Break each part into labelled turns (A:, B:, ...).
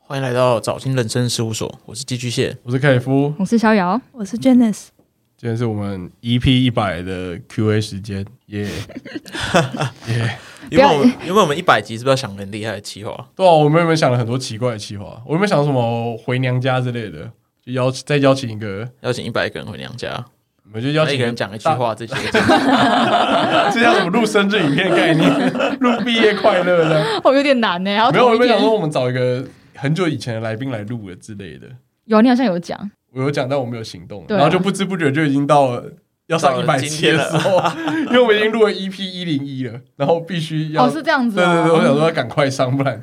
A: 欢迎来到早新人生事务所，我是寄居蟹。
B: 我是凯夫，
C: 我是逍遥，
D: 我是 Janice，
B: 今天是我们 EP 一百的 Q&A 时间，耶耶！
A: 原本
C: 要
A: 我们原本我们一百集是不是要想很厉害的企划？
B: 对啊，我们有没有想了很多奇怪的计划？我有没有想什么回娘家之类的？就邀再邀请一个，
A: 邀请一百个人回娘家，
B: 我们就邀请
A: 每个人讲一句
B: 大，
A: 话，这些
B: 这叫什么录生日影片概 念，录毕业快乐的。
C: 哦，有点难呢。还要
B: 没有，
C: 同
B: 我
C: 一
B: 们
C: 天
B: 想说我们找一个很久以前的来宾来录了之类的。
C: 有，你好像有讲，
B: 我有讲，但我没有行动，
C: 对啊
B: 然后就不知不觉就已经到了。要上
A: 到
B: 一
A: 了
B: 百
A: 今
B: 期
A: 天
B: 的时候， 因为我们已经录了 EP 一零一了，然后必须要
C: 哦，是这样子
B: 对对
C: 哦。
B: 对，我想说要赶快上，不然。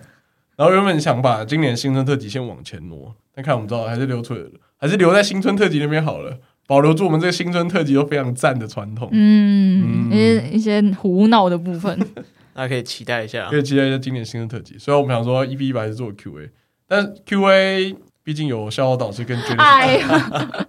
B: 然后原本想把今年新春特辑先往前挪，但看我们知道还是留出，还是留在新春特辑那边好了，保留住我们这个新春特辑都非常赞的传统。
C: 嗯，
B: 嗯
C: 一些一些胡闹的部 分，
A: 大家可以期待一下
B: 可。以期待一下今年新春特辑。虽然我们想说 EP 一百是做 QA，但 QA 毕竟有逍遥导师跟娟
C: 哎
B: 姐，，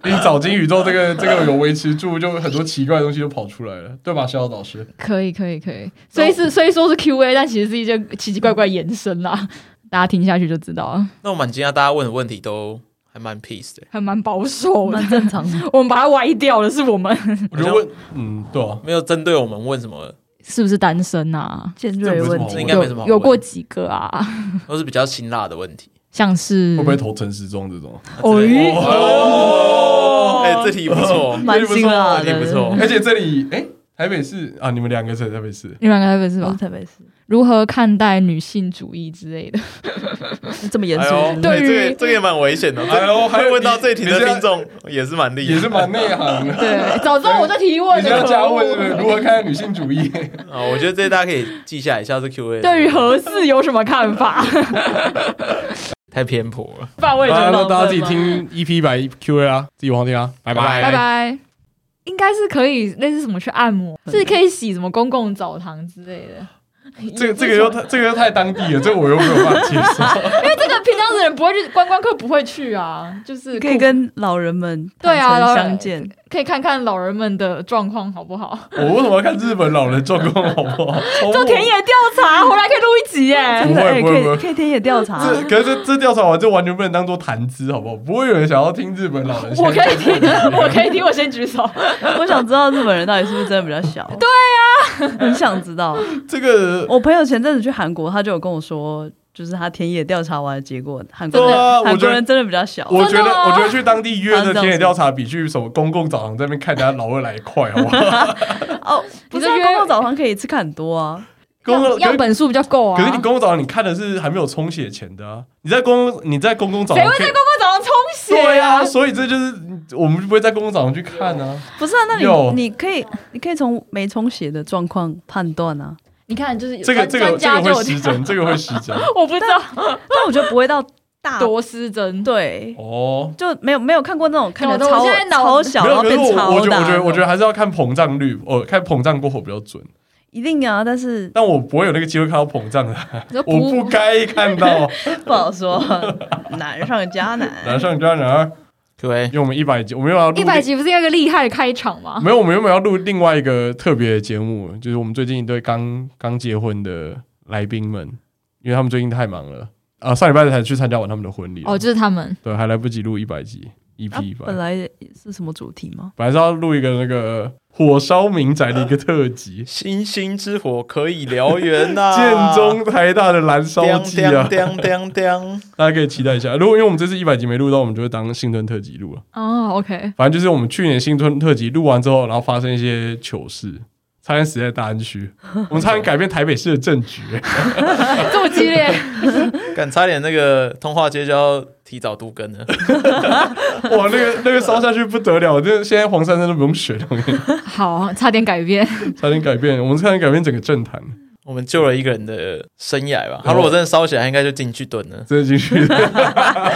B: 毕竟早金宇宙这个 这个有维持住，就很多奇怪的东西就跑出来了，对吧？逍遥导师，
C: 可以可以可以，所以是虽说是 Q A，但其实是一件奇奇怪怪的延伸啦。大家听下去就知道了，
A: 那我蛮惊讶，大家问的问题都还蛮 peace 的，
C: 还蛮保守的。
D: 正常的。
C: 我们把它歪掉了，是我们
B: 我就问，嗯，对啊，
A: 没有针对我们问什么，
C: 是不是单身啊？
D: 尖锐问
B: 这不是什么
D: 题
A: 这应该
C: 有
A: 没什么好问
C: 哦有过几个啊？
A: 都是比较辛辣的问题。
C: 像是
B: 会不会投陈时中这种？
C: 哦
A: 之类
C: 咦
A: 的哦，哎，这题不错，
D: 蛮辛辣
A: 这题
D: 的，
A: 不
C: 嗯
A: 错。
B: 而且这里，哎、台北市啊，你们两个在台北市，
C: 你们两个台北是
D: 我
C: 吧
D: 是？台北市，
C: 如何看待女性主义之类的？
D: 这么严肃
A: 哎呦，
D: 是不是，
C: 对于
A: 这个这个也蛮危险的。
B: 哎呦还有
A: 会问到这题的
B: 你你
A: 听众也是蛮厉害，
B: 也是蛮内行的。
C: 对，早知道我就提问
B: 你是
C: 了。
B: 要加问是
C: 可
B: 不
C: 恶
B: 是如何看待女性主义？
A: 啊，我觉得这大家可以记下来，下次 Q A
C: 对于何四有什么看法？
A: 太偏颇了。
C: 范围
B: 啊
C: 真
B: 那
C: 的，
B: 大家自己听 EP 百 Q A 啊，自己往听啊，拜拜
C: 拜拜。应该是可以类似什么去按摩，是可以洗什么公共澡堂之类的。
B: 这个这个又太这个又太当地了，这个我又没有办法接受。
C: 因为这个平常的人不会去， 观光客不会去啊，就是
D: 可以跟老人们
C: 对啊
D: 坦诚
C: 老人
D: 相见，
C: 可以看看老人们的状况好不 好？
B: 我为什么要看日本老人状况好不好？
C: 做田野调查回来可以录一集耶。
B: 不会
D: 真的哎
B: 不
D: 可
B: 会不会
D: 以可以田野调查，
B: 这可是这这调查完，这完全不能当做谈资，好不好？不会有人想要听日本老人。
C: 我可以听，我可以听，我先举手。
D: 我想知道日本人到底是不是真的比较 小。对啊，很想知道。
B: 这个
D: 我朋友前阵子去韩国，他就有跟我说，就是他田野调查完的结果，韩国
B: 对啊我觉得
D: 人韩国人真的比较小。
B: 我觉得
C: 真的吗
B: 我觉得去当地约的田野调查比去什么公共澡堂这边看人家老二来快，好不 好？
D: 哦，不是啊
C: 你就约
D: 公共澡堂可以一次看很多啊，
B: 公共
C: 样本数比较够啊。
B: 可是你公共澡堂你看的是还没有充血前的啊，你在公共你在公共澡
C: 谁
B: 堂
C: 会
B: 可
C: 在
B: 以
C: 公共澡堂冲 血
B: 对啊，所以这就是我们就不会在公共澡堂去看啊。
D: 不是啊？那
B: 有
D: 你你可以你可以从没充血的状况判断啊，
C: 你看，就是
B: 这个这个这个
C: 专家就
B: 会
C: 有
B: 失
C: 这样
B: 真，这个会失真
C: 我不知道
D: 但我觉得不会到大
C: 多失真。
D: 对，
B: 哦。
D: 就没有没有看过那种看
C: 搞
D: 着
C: 得我
D: 超
C: 现在脑
D: 超小
B: 没
D: 然
B: 有，
D: 后
B: 可是
D: 变
B: 我我
D: 超
B: 觉得
D: 大
B: 我
D: 那
B: 觉
D: 种，
B: 得我觉得还是要看膨胀率，哦，看膨胀过后比较准。
D: 一定啊，但是
B: 但我不会有那个机会看到膨胀的，
C: 你说
B: 我不该看到。
D: 不好说，难上加
B: 来
D: 难。
B: 上加哪儿？
A: Q A，
B: 因为我们一百集，我们又要录
C: 一百集不是要一个厉害的开场吗？
B: 没有，我们原本要录另外一个特别的节目，就是我们最近一对刚刚结婚的来宾们，因为他们最近太忙了啊，上礼拜才去参加完他们的婚礼，啊
C: 哦，就是他们
B: 对，还来不及录一百集
D: 啊
B: ，EP 一百、
D: 本来是什么主题吗？
B: 本来是要录一个那个火烧民宅的一个特辑
A: 星星之火可以燎原呐、
B: 建中台大的燃烧记啊，
A: 当当当
B: 大家可以期待一下。如果因为我们这次一百集没录到，我们就会当新春特辑录了。
C: 哦，OK，
B: 反正就是我们去年新春特辑录完之后，然后发生一些糗事，差点死在大安区，我们差点改变台北市的政局、欸
C: 这么激烈，
A: 敢差点那个通话街就要提早都更了。
B: 哇，那个那个烧下去不得了，这现在黄珊珊都不用学了，我 跟你讲
C: 好，差点改变。
B: 差点改变，我们差点改变整个政坛，
A: 我们救了一个人的生涯
B: 哦
A: 吧。他如果真的烧起来，应该就进去蹲了。
B: 真的进去，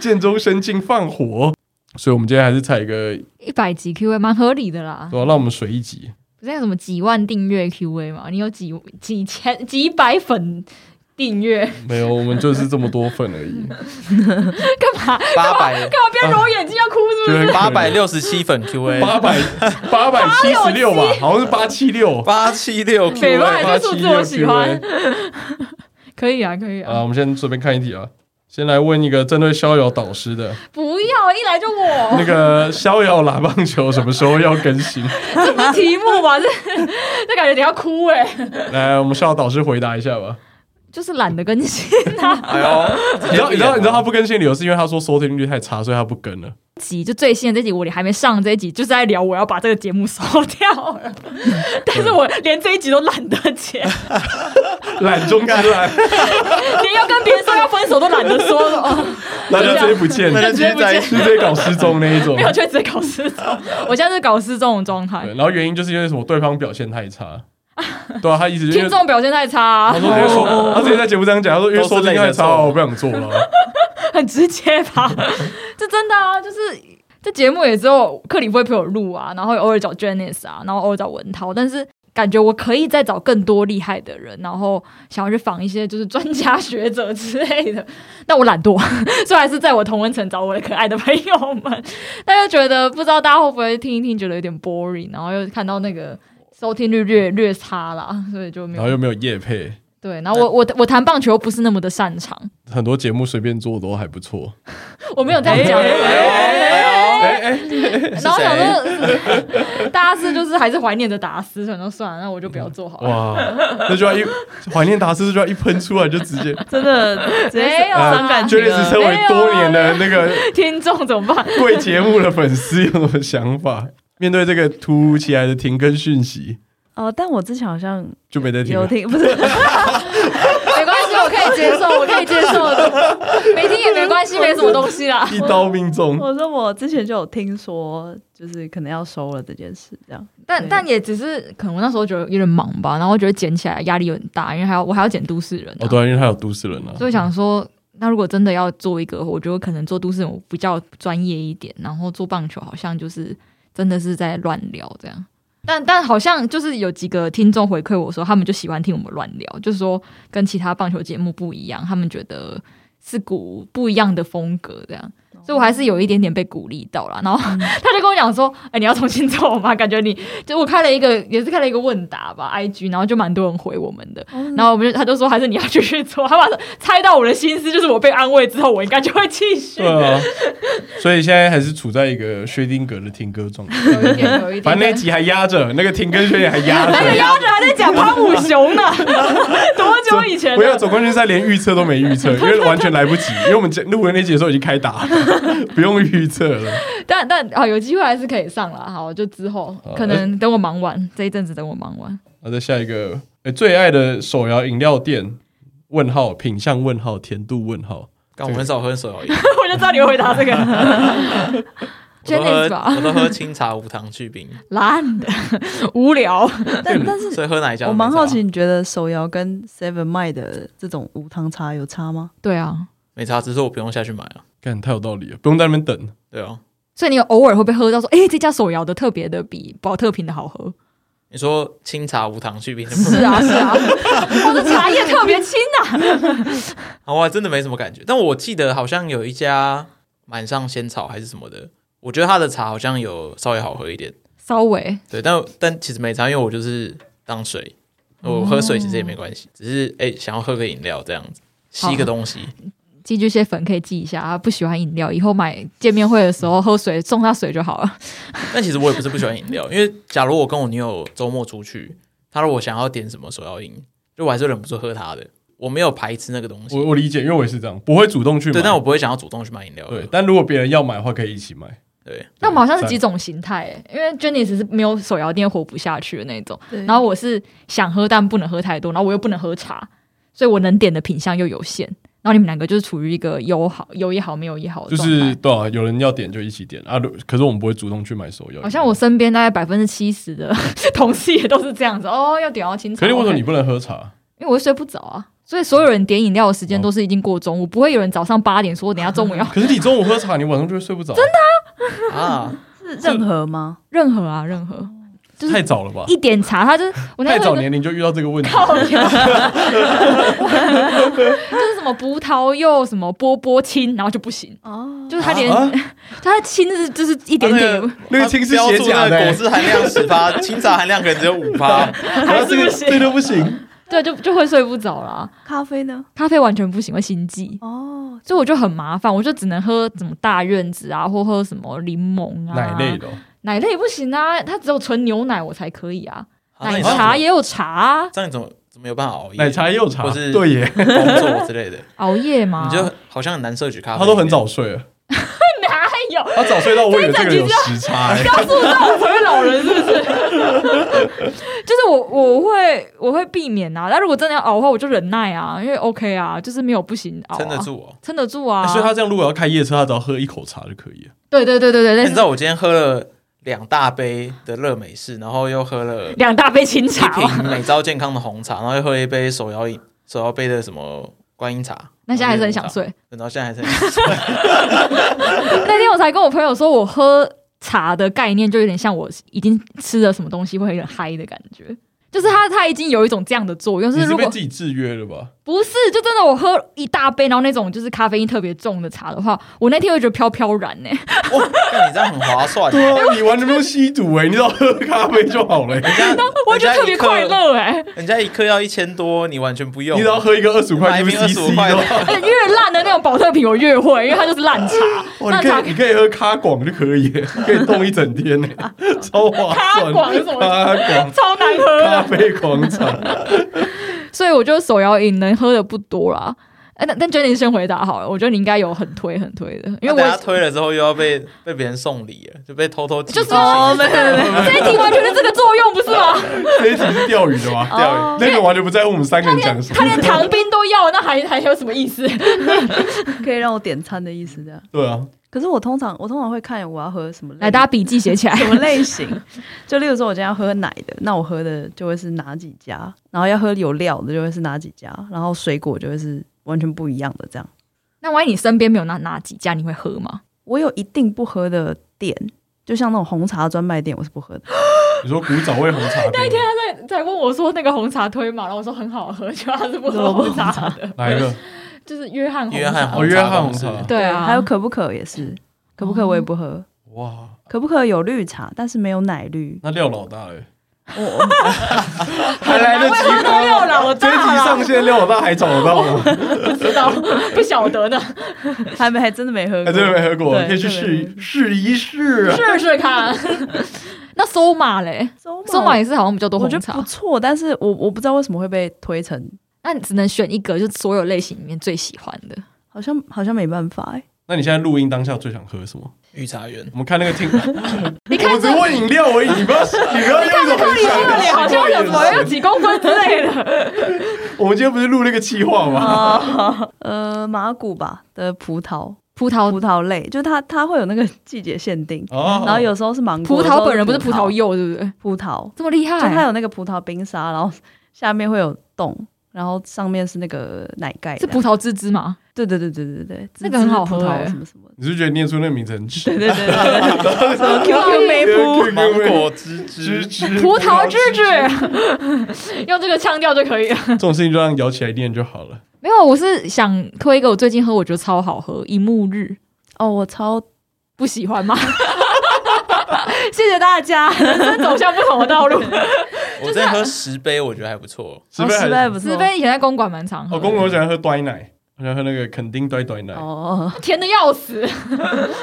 B: 建中生进放火，所以我们今天还是采一个，
C: 一百集 Q A 蛮合理的啦，
B: 对吧、让我们水一集，
C: 不是有什么几万订阅 Q A 嘛？你有几几千几百粉订阅，
B: 没有，我们就是这么多份而 已，
C: 干嘛
A: 八百
C: 干嘛边揉眼睛要哭是不
B: 觉
C: 是？
B: 得
A: 八百六十七粉 Q A，
B: 八百八百七十六吧，好像是八七六，
A: 八七六 Q
C: 北吧
A: A，
C: 这数字我喜欢可以啊，可以
B: 啊，
C: 啊。
B: 我们先随便看一题啊。先来问一个针对逍遥导师的，
C: 不要一来就我
B: 那个 逍遥喇棒球什么时候要更新？
C: 这不是题目吧？这这感觉你要哭哎、
B: 来，我们逍遥导师回答一下吧。
C: 就是懒得更新啊，
A: 哎呦，
B: 你知道，你知道，你知道 他不更新的理由是因为他说收听率太差，所以他不更了。
C: 集就最新的这集我还没上，这一集就是在聊我要把这个节目收掉了，但是我连这一集都懒得剪，
B: 懒中之懒，
C: 连要跟别人说要分手都懒得说了，哦、
B: 那就直接不见，
A: 那就直接在一
B: 就直接搞失踪那一种
C: 没。有就直接搞失踪，我现在是搞失踪的状态
B: 对，然后原因就是因为什么？对方表现太 差。对啊，他一直因
C: 听
B: 为
C: 众表现太差、啊
B: 他说因为说，他之前在节目这样讲，他说因为
A: 都是
B: 收听率
A: 累的
B: 太差，
A: 受
B: 我不想做了。
C: 很直接吧？这真的啊，就是这节目也只有克里夫会陪我录啊，然后偶尔找 Janice 啊，然后偶尔找文涛，但是感觉我可以再找更多厉害的人，然后想要去访一些就是专家学者之类的。但我懒惰， 所以还是在我同温层找我的可爱的朋友们。但又觉得不知道大家会不会听一听觉得有点 boring，然后又看到那个。收听率略略差啦，所以就没
B: 然后
C: 有
B: 又没有夜配，
C: 对。然后我我我弹棒球又不是那么的擅长，
B: 很多节目随便做都还不错。
C: 我没有这样讲。
A: 哎
B: 哎哎，
C: 然后想说，大家是就是还是怀念着达斯，想说算了，那我就不要做好了。
B: 哇，那就要一怀念达斯，就要一喷出来就直接，
D: 真的直接
C: 没有啊
D: 伤感
B: 绝
D: 情
B: 对是
D: 了。
B: 身为多年的那个
C: 听众怎么办？
B: 贵节目的粉丝有什么想法？面对这个突如其来的停更讯息，
D: 哦，但我之前好像
B: 就没得听
D: 有
B: 了。
D: 听，不是
C: 没关系，我可以接受，我可以接受的，没听也没关系，没什么东西啦。
B: 一刀命中，
D: 我说我之前就有听说，就是可能要收了这件事，这样。
C: 但
D: 对
C: 但也只是可能我那时候觉得有点忙吧，然后觉得剪起来压力有点大，因为还要我还要剪都市人、
B: 哦，对、啊，因为他有都市人啊。
C: 所以想说。那如果真的要做一个，我觉得可能做都市人我比较专业一点，然后做棒球好像就是真的是在乱聊这样。但但好像就是有几个听众回馈我说，他们就喜欢听我们乱聊，就是说跟其他棒球节目不一样，他们觉得是股不一样的风格这样。
B: 哦
C: 所以我还是有一点点被鼓励到啦。然后
B: 嗯
C: 他就跟我讲说：“哎、你要重新做吗？感觉你就我开了一个，也是开了一个问答吧，IG，然后就蛮多人回我们的。
B: 哦
C: 然后我们就他就说还是你要继续做。他把猜到我的心思，就是我被安慰之后，我应该就会继续
B: 对。啊， 所以现在还是处在一个薛定谔的听歌状 态。
C: 有一点，有一点。
B: 反正那集还压着，那个停更宣言还压
C: 那个
B: 着。
C: 压着还在讲潘武 雄呢，多久以前啊
B: 不要
C: 的？
B: 总冠军赛连预测都没预 测，因为完全来不及，因为我们录完那集的时候已经开打了， 不用预测了。
C: 但但啊，有机会还是可以上啦。好，就之后
B: 好
C: 可能等我忙完这一阵子，等我 忙完。
B: 那再下一个，哎、最爱的手摇饮料店？问号品相问号甜度问号，
A: 干我很少喝哦手摇饮，
C: 我就知道你会回答这个
A: 我都
C: Janice 吧
A: 喝我都喝清茶无糖去冰，
C: 烂的 无聊。
D: 但但是
A: 所以喝哪一家？
D: 我蛮好奇，，你觉得手摇跟 Seven 卖的这种无糖茶有差吗？
C: 对啊，
A: 没差，只是我不用下去买啊。
B: 干太有道理了，不用在那边等。
A: 对啊，
C: 所以你有偶尔会被喝到说，哎、这家手摇的特别的比保特瓶的好喝。
A: 你说清茶无糖去冰，
C: 是啊，是啊，我的茶叶特别轻啊。
A: 啊，我还真的没什么感觉。但我记得好像有一家满上仙草还是什么的，我觉得它的茶好像有稍微好喝一点。
C: 稍微
A: 对，但但其实没差，因为我就是当水，我喝水其实也没关系，只是哎、想要喝个饮料这样子，吸个东西。
C: 寄居蟹粉可以寄一下，啊，不喜欢饮料，以后买见面会的时候喝水送他水就好了。
A: 但其实我也不是不喜欢饮料，因为假如我跟我女友周末出去，她如果想要点什么手摇饮，就我还是忍不住喝她的，我没有排斥那个东西。
B: 我我理解，因为我也是这样，不会主动去买。
A: 对，但我不会想要主动去买饮料。
B: 对，但如果别人要买的话，可以一起买。
A: 对，
C: 那我们好像是几种形态、欸，因为 Jenny 是没有手摇店活不下去的那种，
D: 对
C: 然后我是想喝但不能喝太多，然后我又不能喝茶，所以我能点的品相又有限。然后你们两个就是处于一个有好有也好，没有也好的
B: 就
C: 哦状态。
B: 是对啊，有人要点就一起点啊。如可是我们不会主动去买手摇。
C: 好像我，身边大概百分之七十 的同事也都是这样子哦，要点到清茶。
B: 可是为什么
C: OK
B: 你不能喝茶？
C: 因为我会睡不着啊，所以所有人点饮料的时间都是已经过中午，不会有人早上八点说我等一下中 午要
B: 可是你中午喝茶，你晚上就会睡不着。真的
A: 啊，
D: 是任何吗？
C: 任何啊任何就是
B: 太早了吧？
C: 一点茶，他就是我那
B: 太
C: 时
B: 早
C: 候有一个
B: 年龄就遇到这个问题。
C: 靠腰就是什么葡萄柚什么波波青，然后就不行，
D: 哦，
C: 就是他连、 他的青是就是一点点，
B: 啊那个青是写假的
A: 标注那个果汁含量十八，清茶含量可能只有五趴。啊
C: 还是
B: 这
C: 不
B: 个
C: 行
B: 这个都不行。
C: 对，就就会睡不着啦。
D: 咖啡 呢？
C: 咖啡完全不行，会心悸，
D: 哦，
C: 所以我就很麻烦，我就只能喝什么大院子啊，或喝什么柠檬啊，
B: 奶类的哦、
C: 奶类不行啊，它只有纯牛奶我才可以啊，
A: 啊那
C: 奶
A: 你这样
C: 茶
A: 怎么
C: 也有茶啊、
A: 这样你怎么怎么有办法熬夜？
B: 奶茶也有茶，
A: 或是
B: 对耶，
A: 工作之类 的，
C: 熬夜嘛，
A: 你就好像很难摄取咖啡。
B: 他都 很早睡了，
C: 哪有？
B: 他早睡到我以为这个人有时差、
A: 哎
B: 欸，
C: 告诉我成为老人是不是？就是 我我会我会避免啊，但如果真的要熬的话，我就忍耐啊，因为 OK 啊，就是没有不行熬、啊，
A: 撑得，住哦。
C: 撑得住啊。
B: 所以他这样如果要开夜车，他只要喝一口茶就可以了。
C: 对对对对对，
A: 你
C: 类
A: 知
C: 似
A: 道我今天喝了两大杯的热美式，然后又喝了
C: 两大杯清
A: 一
C: 茶哦、
A: 瓶美招健康的红茶，然后又喝了一杯手摇饮手摇杯的什么观音茶。
C: 那现在还是很想睡。
A: 然后现在还是很想睡。
C: 那天我才跟我朋友说，我喝茶的概念就有点像我已经吃了什么东西会有点嗨的感觉，就是它它已经有一种这样的作用。就
B: 你
C: 是
B: 是
C: 如
B: 被
C: 果
B: 自己制约了吧？
C: 不是，就真的我喝一大杯，然后那种就是咖啡因特别重的茶的话，我那天会觉得飘飘然欸 呢、
A: 哇，那你这样很划算。
B: 对啊，你完全不用吸毒哎、你只要喝咖啡就好了欸、
A: 人家
C: 我觉得特别快。乐哎、
A: 人家一克人家一克要一千多，你完全不用。
B: 你只要喝一个二十五块
A: 买一瓶
B: UCC
A: 25块
B: 的
A: 的
B: 话，
C: 而且越烂的那种保特瓶我越会，因为它就是烂茶，
B: 哇，
C: 烂
B: 你可
C: 茶
B: 以你可以喝咖广就可以 欸，可以动一整天呢、欸，超划
C: 咖
B: 算。
C: 广是什么
B: 咖广
C: 超难喝
B: 咖
C: 的，
B: 啡广场，
C: 所以我就手摇饮能喝的不多啦。哎，但但 Jenny 先回答好了，我觉得你应该有很推很推的，因为
A: 那等下
C: 我
A: 推了之后又要被被别人送礼了，就被偷偷
C: 就
A: 就是哦
C: 说
D: 哦没有没有，
C: 这一题完全是这个作用，不是吗？
B: 这一集是钓鱼的吗？
C: 哦
B: 那个完全不在乎我们三个人讲什
C: 他
B: 么。
C: 连糖冰都要，那还还有什么意思？
D: 可以让我点餐的意思这样。
B: 对啊，
D: 可是我通常我通常会看我要喝什么类，
C: 来，大家笔记写起来。
D: 什么类型？ 就例如说，我今天要喝奶的，那我喝的就会是哪几家，然后要喝有料的就会是哪几家，然后水果就会是完全不一样的这样。
C: 那万一你身边没有那哪几家，你会喝吗？
D: 我有一定不喝的店，就像那种红茶专卖店，我是不喝的。
B: 你说古早味红 茶店
C: 他在在问我说那个红茶推嘛，然后我说很好喝，就他是不
D: 喝红
C: 茶的，
B: 哪一个？
C: 就是约翰
A: 红茶约翰红
B: 哦，约翰红
A: 红茶
B: 茶。
C: 对啊，
D: 还有可不可也是，可不可我也不喝。
B: 哇，
D: 可不可有绿茶，但是没有奶绿？
B: 那廖老大欸嘞？
D: 我我
B: 还来得及吗？
C: 又老
B: 这一集上线，廖老大还找得到吗？
C: 知道不晓得呢，
D: 还没还真的没喝
B: 还
D: 过，
B: 真哎的没喝过，
D: 对
B: 可以去试试一试啊。
C: 试试看。 那收马嘞，
D: 周
C: 收马也是好像比较多
D: 我
C: 红
D: 觉得不
C: 茶，
D: 错，但是我我不知道为什么会被推成，
C: 那你只能选一个，就是所有类型里面最喜欢的。
D: 好像好像没办法哎、
B: 那你现在录音当下最想喝什么？
A: 御茶园
B: 我们看那 个听，
C: 你
B: 我
C: 看
B: 只
C: 这
B: 问饮料而已，你不要，你不要用一种很想的
C: 哎脸好
B: 奇
C: 像
B: 怪
C: 有什么
B: 眼
C: 有
B: 神。
C: 几公分之类的。
B: 我们今天不是录那个气话吗？
D: 呃，马古吧的葡萄
C: 葡萄
D: 葡萄类，就是它它会有那个季节限定，
B: 哦，
D: 然后有时候是芒果，
C: 葡萄本人不是
D: 有时
C: 葡
D: 候
C: 萄柚，对不对？
D: 葡萄，
C: 这么厉害
D: 就它有那个葡萄冰沙，然后下面会有洞，然后上面是那个奶盖
C: 是
D: 的，
C: 葡萄汁汁吗？
D: 对对对对对对，
C: 那个很好喝
D: 芝士葡
C: 欸
D: 萄什么什么的，
B: 你是不是觉得念出那个名字很吃？
D: 对对对 对对，什么 QQ 梅
B: 对
D: 葡，
B: 对对
A: 芒果汁
B: 芝
A: 汁，
B: 芝
C: 嗯葡萄汁汁， 用这个腔调就可以了。
B: 这种事情就让摇起来念就好了。
C: 没有，我是想推一个我最近喝，我觉得超好喝，一木日
D: 哦，我超
C: 不喜欢 吗？谢谢大家，人生走向不同的道路。
A: 我之前喝十杯，我觉得还不错。
B: 十杯
D: 哦
B: 还
D: 失败不
C: 子
D: 错，
C: 飞以前在公馆蛮常喝
B: 哦，
C: 的，
B: 公公我喜欢喝端奶，我喜欢喝那个肯定端端
C: 哎
B: 奶，
D: 哦，
C: 甜的要死，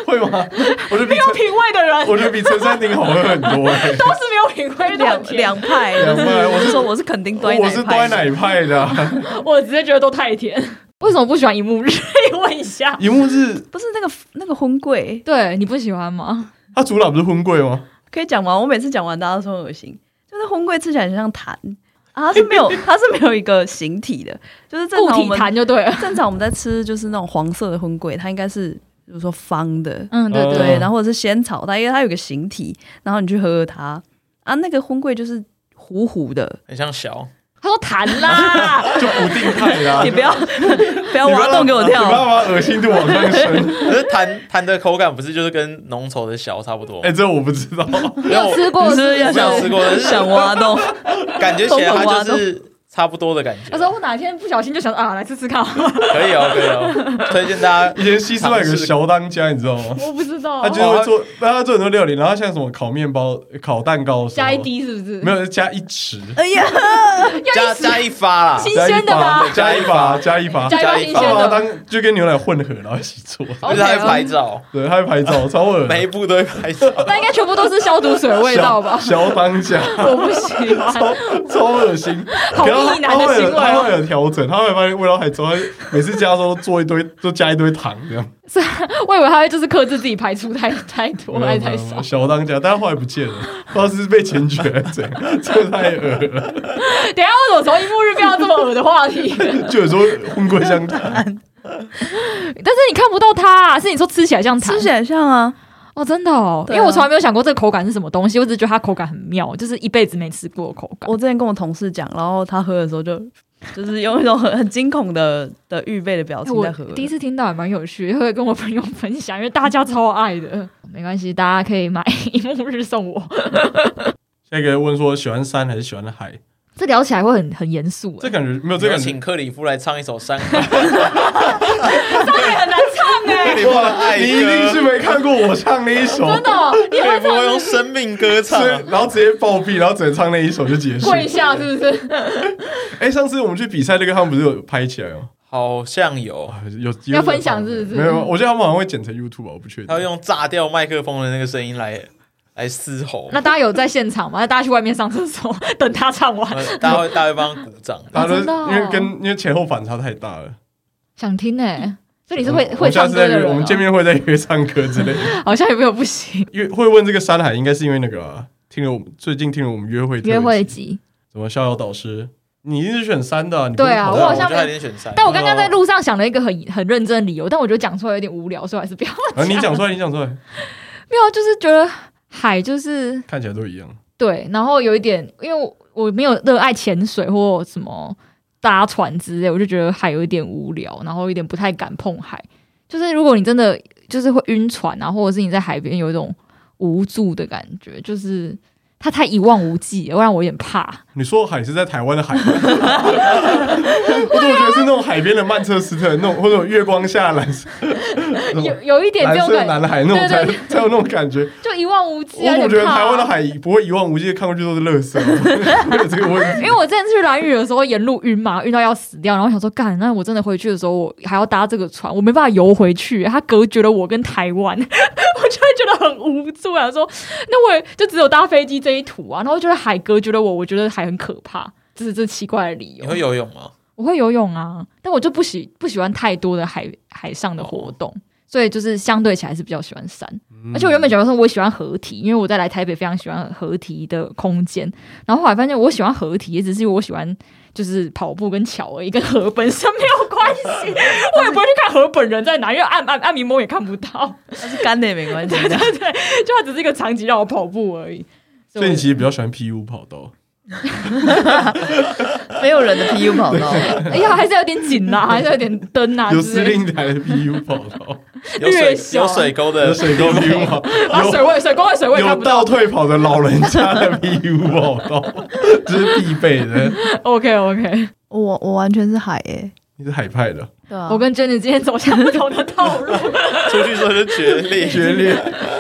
B: 会吗？我觉得比
C: 没有
B: 陈，
C: 品味的人
B: 我觉得比陈山鼎好喝很多欸。
C: 都是没有品味的
D: 两
C: 很甜。
D: 两派，
B: 两派
D: 就
B: 我是
D: 说我是肯定端
B: 我是端
D: 派
B: 奶派的啊，
C: 我直接觉得都太甜。 为什么不喜欢一 木日？问一下。
B: 荧幕是
D: 不是那个那个婚柜，
C: 对你不喜欢 吗？
B: 它主啊打不是婚贵吗？
D: 可以讲完。我每次讲完大家都说恶心，就是婚柜吃起来很像痰啊，它是没有它是没有一个形体的，就是正
C: 固
D: 常我
C: 体
D: 们
C: 痰就对了。
D: 正常我们在吃就是那种黄色的婚柜，它应该是比如说方的，
C: 嗯，对
B: 哦
C: 对
D: 对，然后或者是仙草，它因为它有个形体，然后你去喝它啊，那个婚柜就是糊糊的，
A: 很像小，
C: 他说痰啦，
B: 就不定派的啊。
D: 你不要不要
B: 你
D: 挖洞给我
B: 你不要
D: 跳，
B: 把恶心度往上升。
A: 可是痰痰的口感不是就是跟浓稠的小差不多吗？
B: 哎，这我不知道。
C: 你有吃过
D: 你是不
C: 是
D: 是要
C: 不
A: 我没有
D: 想
A: 吃过但是
D: 想挖洞？
A: 感觉起来它就是啊差不多的感觉。
C: 他说我哪天不小心就想啊，来吃吃看好了，
A: 可以哦，可以哦，推荐大家
B: 以前西斯曼有个小当家，你知道吗？
C: 我不知道
B: 他就是会做，但他做很多料理，然后像什么烤面包、烤蛋糕什么，
C: 加一滴是不是？
B: 没有加一匙，
D: 哎呀，
A: 加加一发啦，
C: 新鲜的吧
B: 加一把，加一把，
C: 加
B: 加
A: 加
B: 一
C: 一包新
A: 一
B: 把，
A: 包啊
B: 他
C: 鲜
B: 把它
C: 的，
B: 当就跟牛奶混合，然后一起做。
A: 而且还
C: OK
A: 拍照，
B: 对，他会拍照，超恶
A: 每一
B: 心。
A: 步都会拍照。
C: 那应该全部都是消毒水的味道吧？
B: 小小当家，
C: 我不喜欢，
B: 超超恶心。
C: 好
B: 然后
C: 意
B: 他
C: 男的
B: 会
C: 行
B: 有
C: 为
B: 他会
C: 哦。
B: 有调整，他会发现味道还重，他每次加的时候做一堆，就加一堆糖这样。
C: 我以为他会就是克制自己排出太太多还是太少，
B: 小当家，但他后来不见了，不知道是被检举还是怎样， 这个太恶了。
C: 等一下为什么从一幕日变到这么恶的话 题？
B: 就有时候混过相谈，
C: 但是你看不到它、啊，是你说吃起来像糖
D: 吃起来像啊，
C: 哦，真的哦，因
D: 对啊
C: 为我从来没有想过这个口感是什么东西，我只是觉得它口感很妙，就是一辈子没吃过的口感。
D: 我之前跟我同事讲，然后他喝的时候就就是用一种很很惊恐的的预备的表
C: 哎
D: 情在喝
C: 我。第一次听到也蛮有趣，会跟我朋友分享，因为大家超爱的。没关系，大家可以买 一幕日送我。
B: 下一个人问说喜欢山还是喜欢海？
C: 这聊起来会很很严肃、
B: 这感觉没有
A: 这
B: 这
A: 个
B: 感
A: 请
B: 觉。
A: 克里夫来唱一首《山海》，
C: 哎，很难唱 哎、
A: 克里夫的爱
B: 你一定是
A: 歌，
B: 没看过我唱那一首，
C: 真的哦、你
A: 克
C: 会
A: 里夫
C: 唱
A: 会用
C: 是
A: 生命歌唱
B: 所
A: 啊
B: 以。然后直接暴毙，然后只能唱那一首就结束。
C: 跪下是不是？
B: 哎，上次我们去比赛那个，他们不是有拍起来哦吗？
A: 好像有，
B: 啊 有机会
C: 要分享是不是
B: 没有，我觉得他们好像会剪成 YouTube 吧，我不确定。
A: 他会用炸掉麦克风的那个声音来来嘶吼，
C: 那大家有在现场吗？那大家去外面上厕所， 等他唱完。
A: 呃大家会大家会帮他鼓掌。
B: 他都
C: 真的哦
B: 因为跟因为前后反差太大了。
C: 想听哎、所以你是会
B: 我
C: 会
B: 嗯我下
C: 唱
B: 次
C: 歌
B: 再
C: 的人、
B: 约，
C: 哦？
B: 我们见面会再约唱歌之类的。
C: 好像也没有不行。
B: 因为会问这个山海，应该是因为那个啊听了我们最近听了我们约会特辑
C: 约会集，
B: 什么逍遥导师，你一定是选三的啊，你不是
C: 对啊，
B: 跑
C: 我
B: 到
C: 好像
A: 我觉得他一
C: 没。
A: 定选三，
C: 但我刚刚在路上想了一个很很认真的理由，但我觉得讲出来有点无聊，所以我还是不要。
B: 啊，你讲出来，你讲出来，
C: 没有，啊就是觉得海就是
B: 看起来都一样。
C: 对，然后有一点，因为我我没有热爱潜水或什么搭船之类，我就觉得海有一点无聊，然后有点不太敢碰海。就是如果你真的就是会晕船啊，或者是你在海边有一种无助的感觉，就是它太一望无际了，会让我有点怕。
B: 你说海是在台湾的 海吗，我怎么觉得是那种海边的曼彻斯特那种，或者有月光下蓝色，那种
C: 有有一点这
B: 蓝
C: 种
B: 色
C: 感
B: 蓝海那种才
C: 对对
B: 才有那种感觉。
C: 就一望无际
B: 我
C: 啊，有
B: 总觉
C: 点
B: 得
C: 怕
B: 台
C: 啊
B: 湾的海不会一望无际，看过去都是垃圾， 没有这个问
C: 因
B: 题。
C: 为我之前去蓝屿的时候，沿路晕嘛，晕到要死掉，然后想说，干，那我真的回去的时候，我还要搭这个船，我没办法游回去，它隔绝了我跟台湾， 我就会觉得很无助，想说，那我也就只有搭飞机这一途啊，然后觉得海隔绝了我，我觉得海很可怕，这是这奇怪的
A: 你
C: 理由。
A: 会游泳吗？
C: 我会游泳啊，但我就不喜不喜欢太多的海海上的活动，所以就是相对起来是比较喜欢山。而且我原
B: 嗯
C: 本觉得说我喜欢合体，因为我在来台北非常喜欢合体的空间。然后后来发现我喜欢合体，也只是因为我喜欢就是跑步跟桥而已，跟河本身没有关系。 我也不会去看河本人在哪，因为按按按迷蒙也看不到，
D: 但是干的也没关系的。
C: 就它只是一个场景让我跑步而已。
B: 嗯所以你其实比较喜欢 PU 跑道，
D: 没有人的 PU 跑 道，
C: 哎呀，还是有点紧啦、还是有点灯啊
B: 有
C: 之
B: 司
C: 类的，
B: 令台的 PU 跑 道，
A: 有
C: 略
A: 水
C: 小
A: 有水沟的
B: 有水沟 PU 跑
C: 啊，水
B: 道，
C: 位、水光位、水位
B: 有
C: 看
B: 有
C: 不到
B: 倒。退跑的老人家的 PU 跑道，这是必备的。
C: OK OK。
D: 我我完全是海诶、
B: 你是海派的，
D: 对啊，
C: 我跟 Jenny 今天走向不同的道路，
B: 哦
A: 出去之后就决裂。
B: 决裂。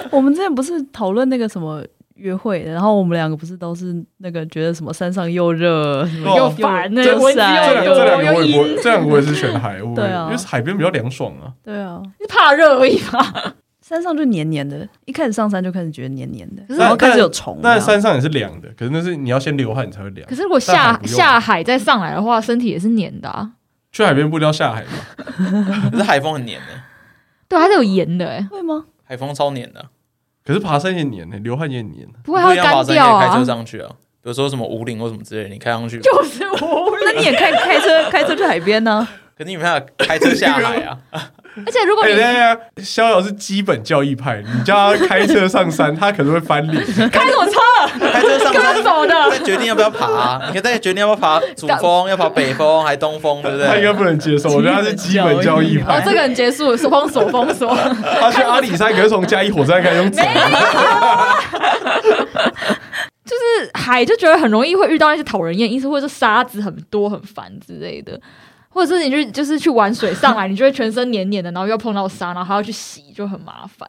D: 我们之前不是讨论那个什么约会的，然后我们两个不是都是那个觉得什么山上又热，什么
B: 哦
C: 又烦呢、
D: 真
C: 蚊子
D: 是啊
B: 这
C: 又
B: 两这
C: 多
B: 两个
C: 又
B: 我也不
C: 阴，
B: 会，这两个我也是选海，我
D: 对啊
B: 因为海边比较凉爽啊。
D: 对啊，
C: 是怕热而已嘛。
D: 山上就黏黏的，一开始上山就开始觉得黏黏的，
C: 可是
D: 然后
B: 但
D: 开始有虫。
B: 但山上也是凉的，可是那是你要先流汗你才会凉
C: 啊可。是如果
B: 但海
C: 下
B: 不用
C: 下海再上来的话，身体也是黏的啊。
B: 去海边不一定要下海嘛？
A: 可是海风很黏的，
C: 对，还是有盐的哎、
D: 会吗？
A: 海风超黏的，
B: 可是爬山也黏呢，欸流汗也黏。
C: 不会它会
A: 要爬
C: 干
A: 山
C: 掉
A: 也可以开
C: 啊
A: 车。上去啊。比如说什么五岭或什么之类的，你开上去，
C: 就是我，
D: 那
B: 哎
D: 你也开开车开车去海边呢、
A: 可是你没办法开车下海啊。
C: 而且如果
B: 哎，
C: 你
B: 等一下等一下，逍遥是基本教义派，你叫他开车上山，他可能会翻脸。
C: 开什么车，
A: 开车上
C: 跟他
A: 山，
C: 走的，
A: 再决定要不要爬啊、你可以再决定要不要爬主峰，要爬北峰还东峰，对不
B: 他应该
A: 对？
B: 不能接受，我觉得他是基本教义
C: 哦，
B: 派。
C: 这个人结束了，封锁封锁，
B: 他去阿里山，可是从嘉义火车站开始用走的。
C: 就是海就觉得很容易会遇到那些讨人厌因素，或者是沙子很多很烦之类的，或者是你就就是去玩水上来，你就会全身黏黏的，然后又要碰到沙，然后还要去洗，就很麻烦。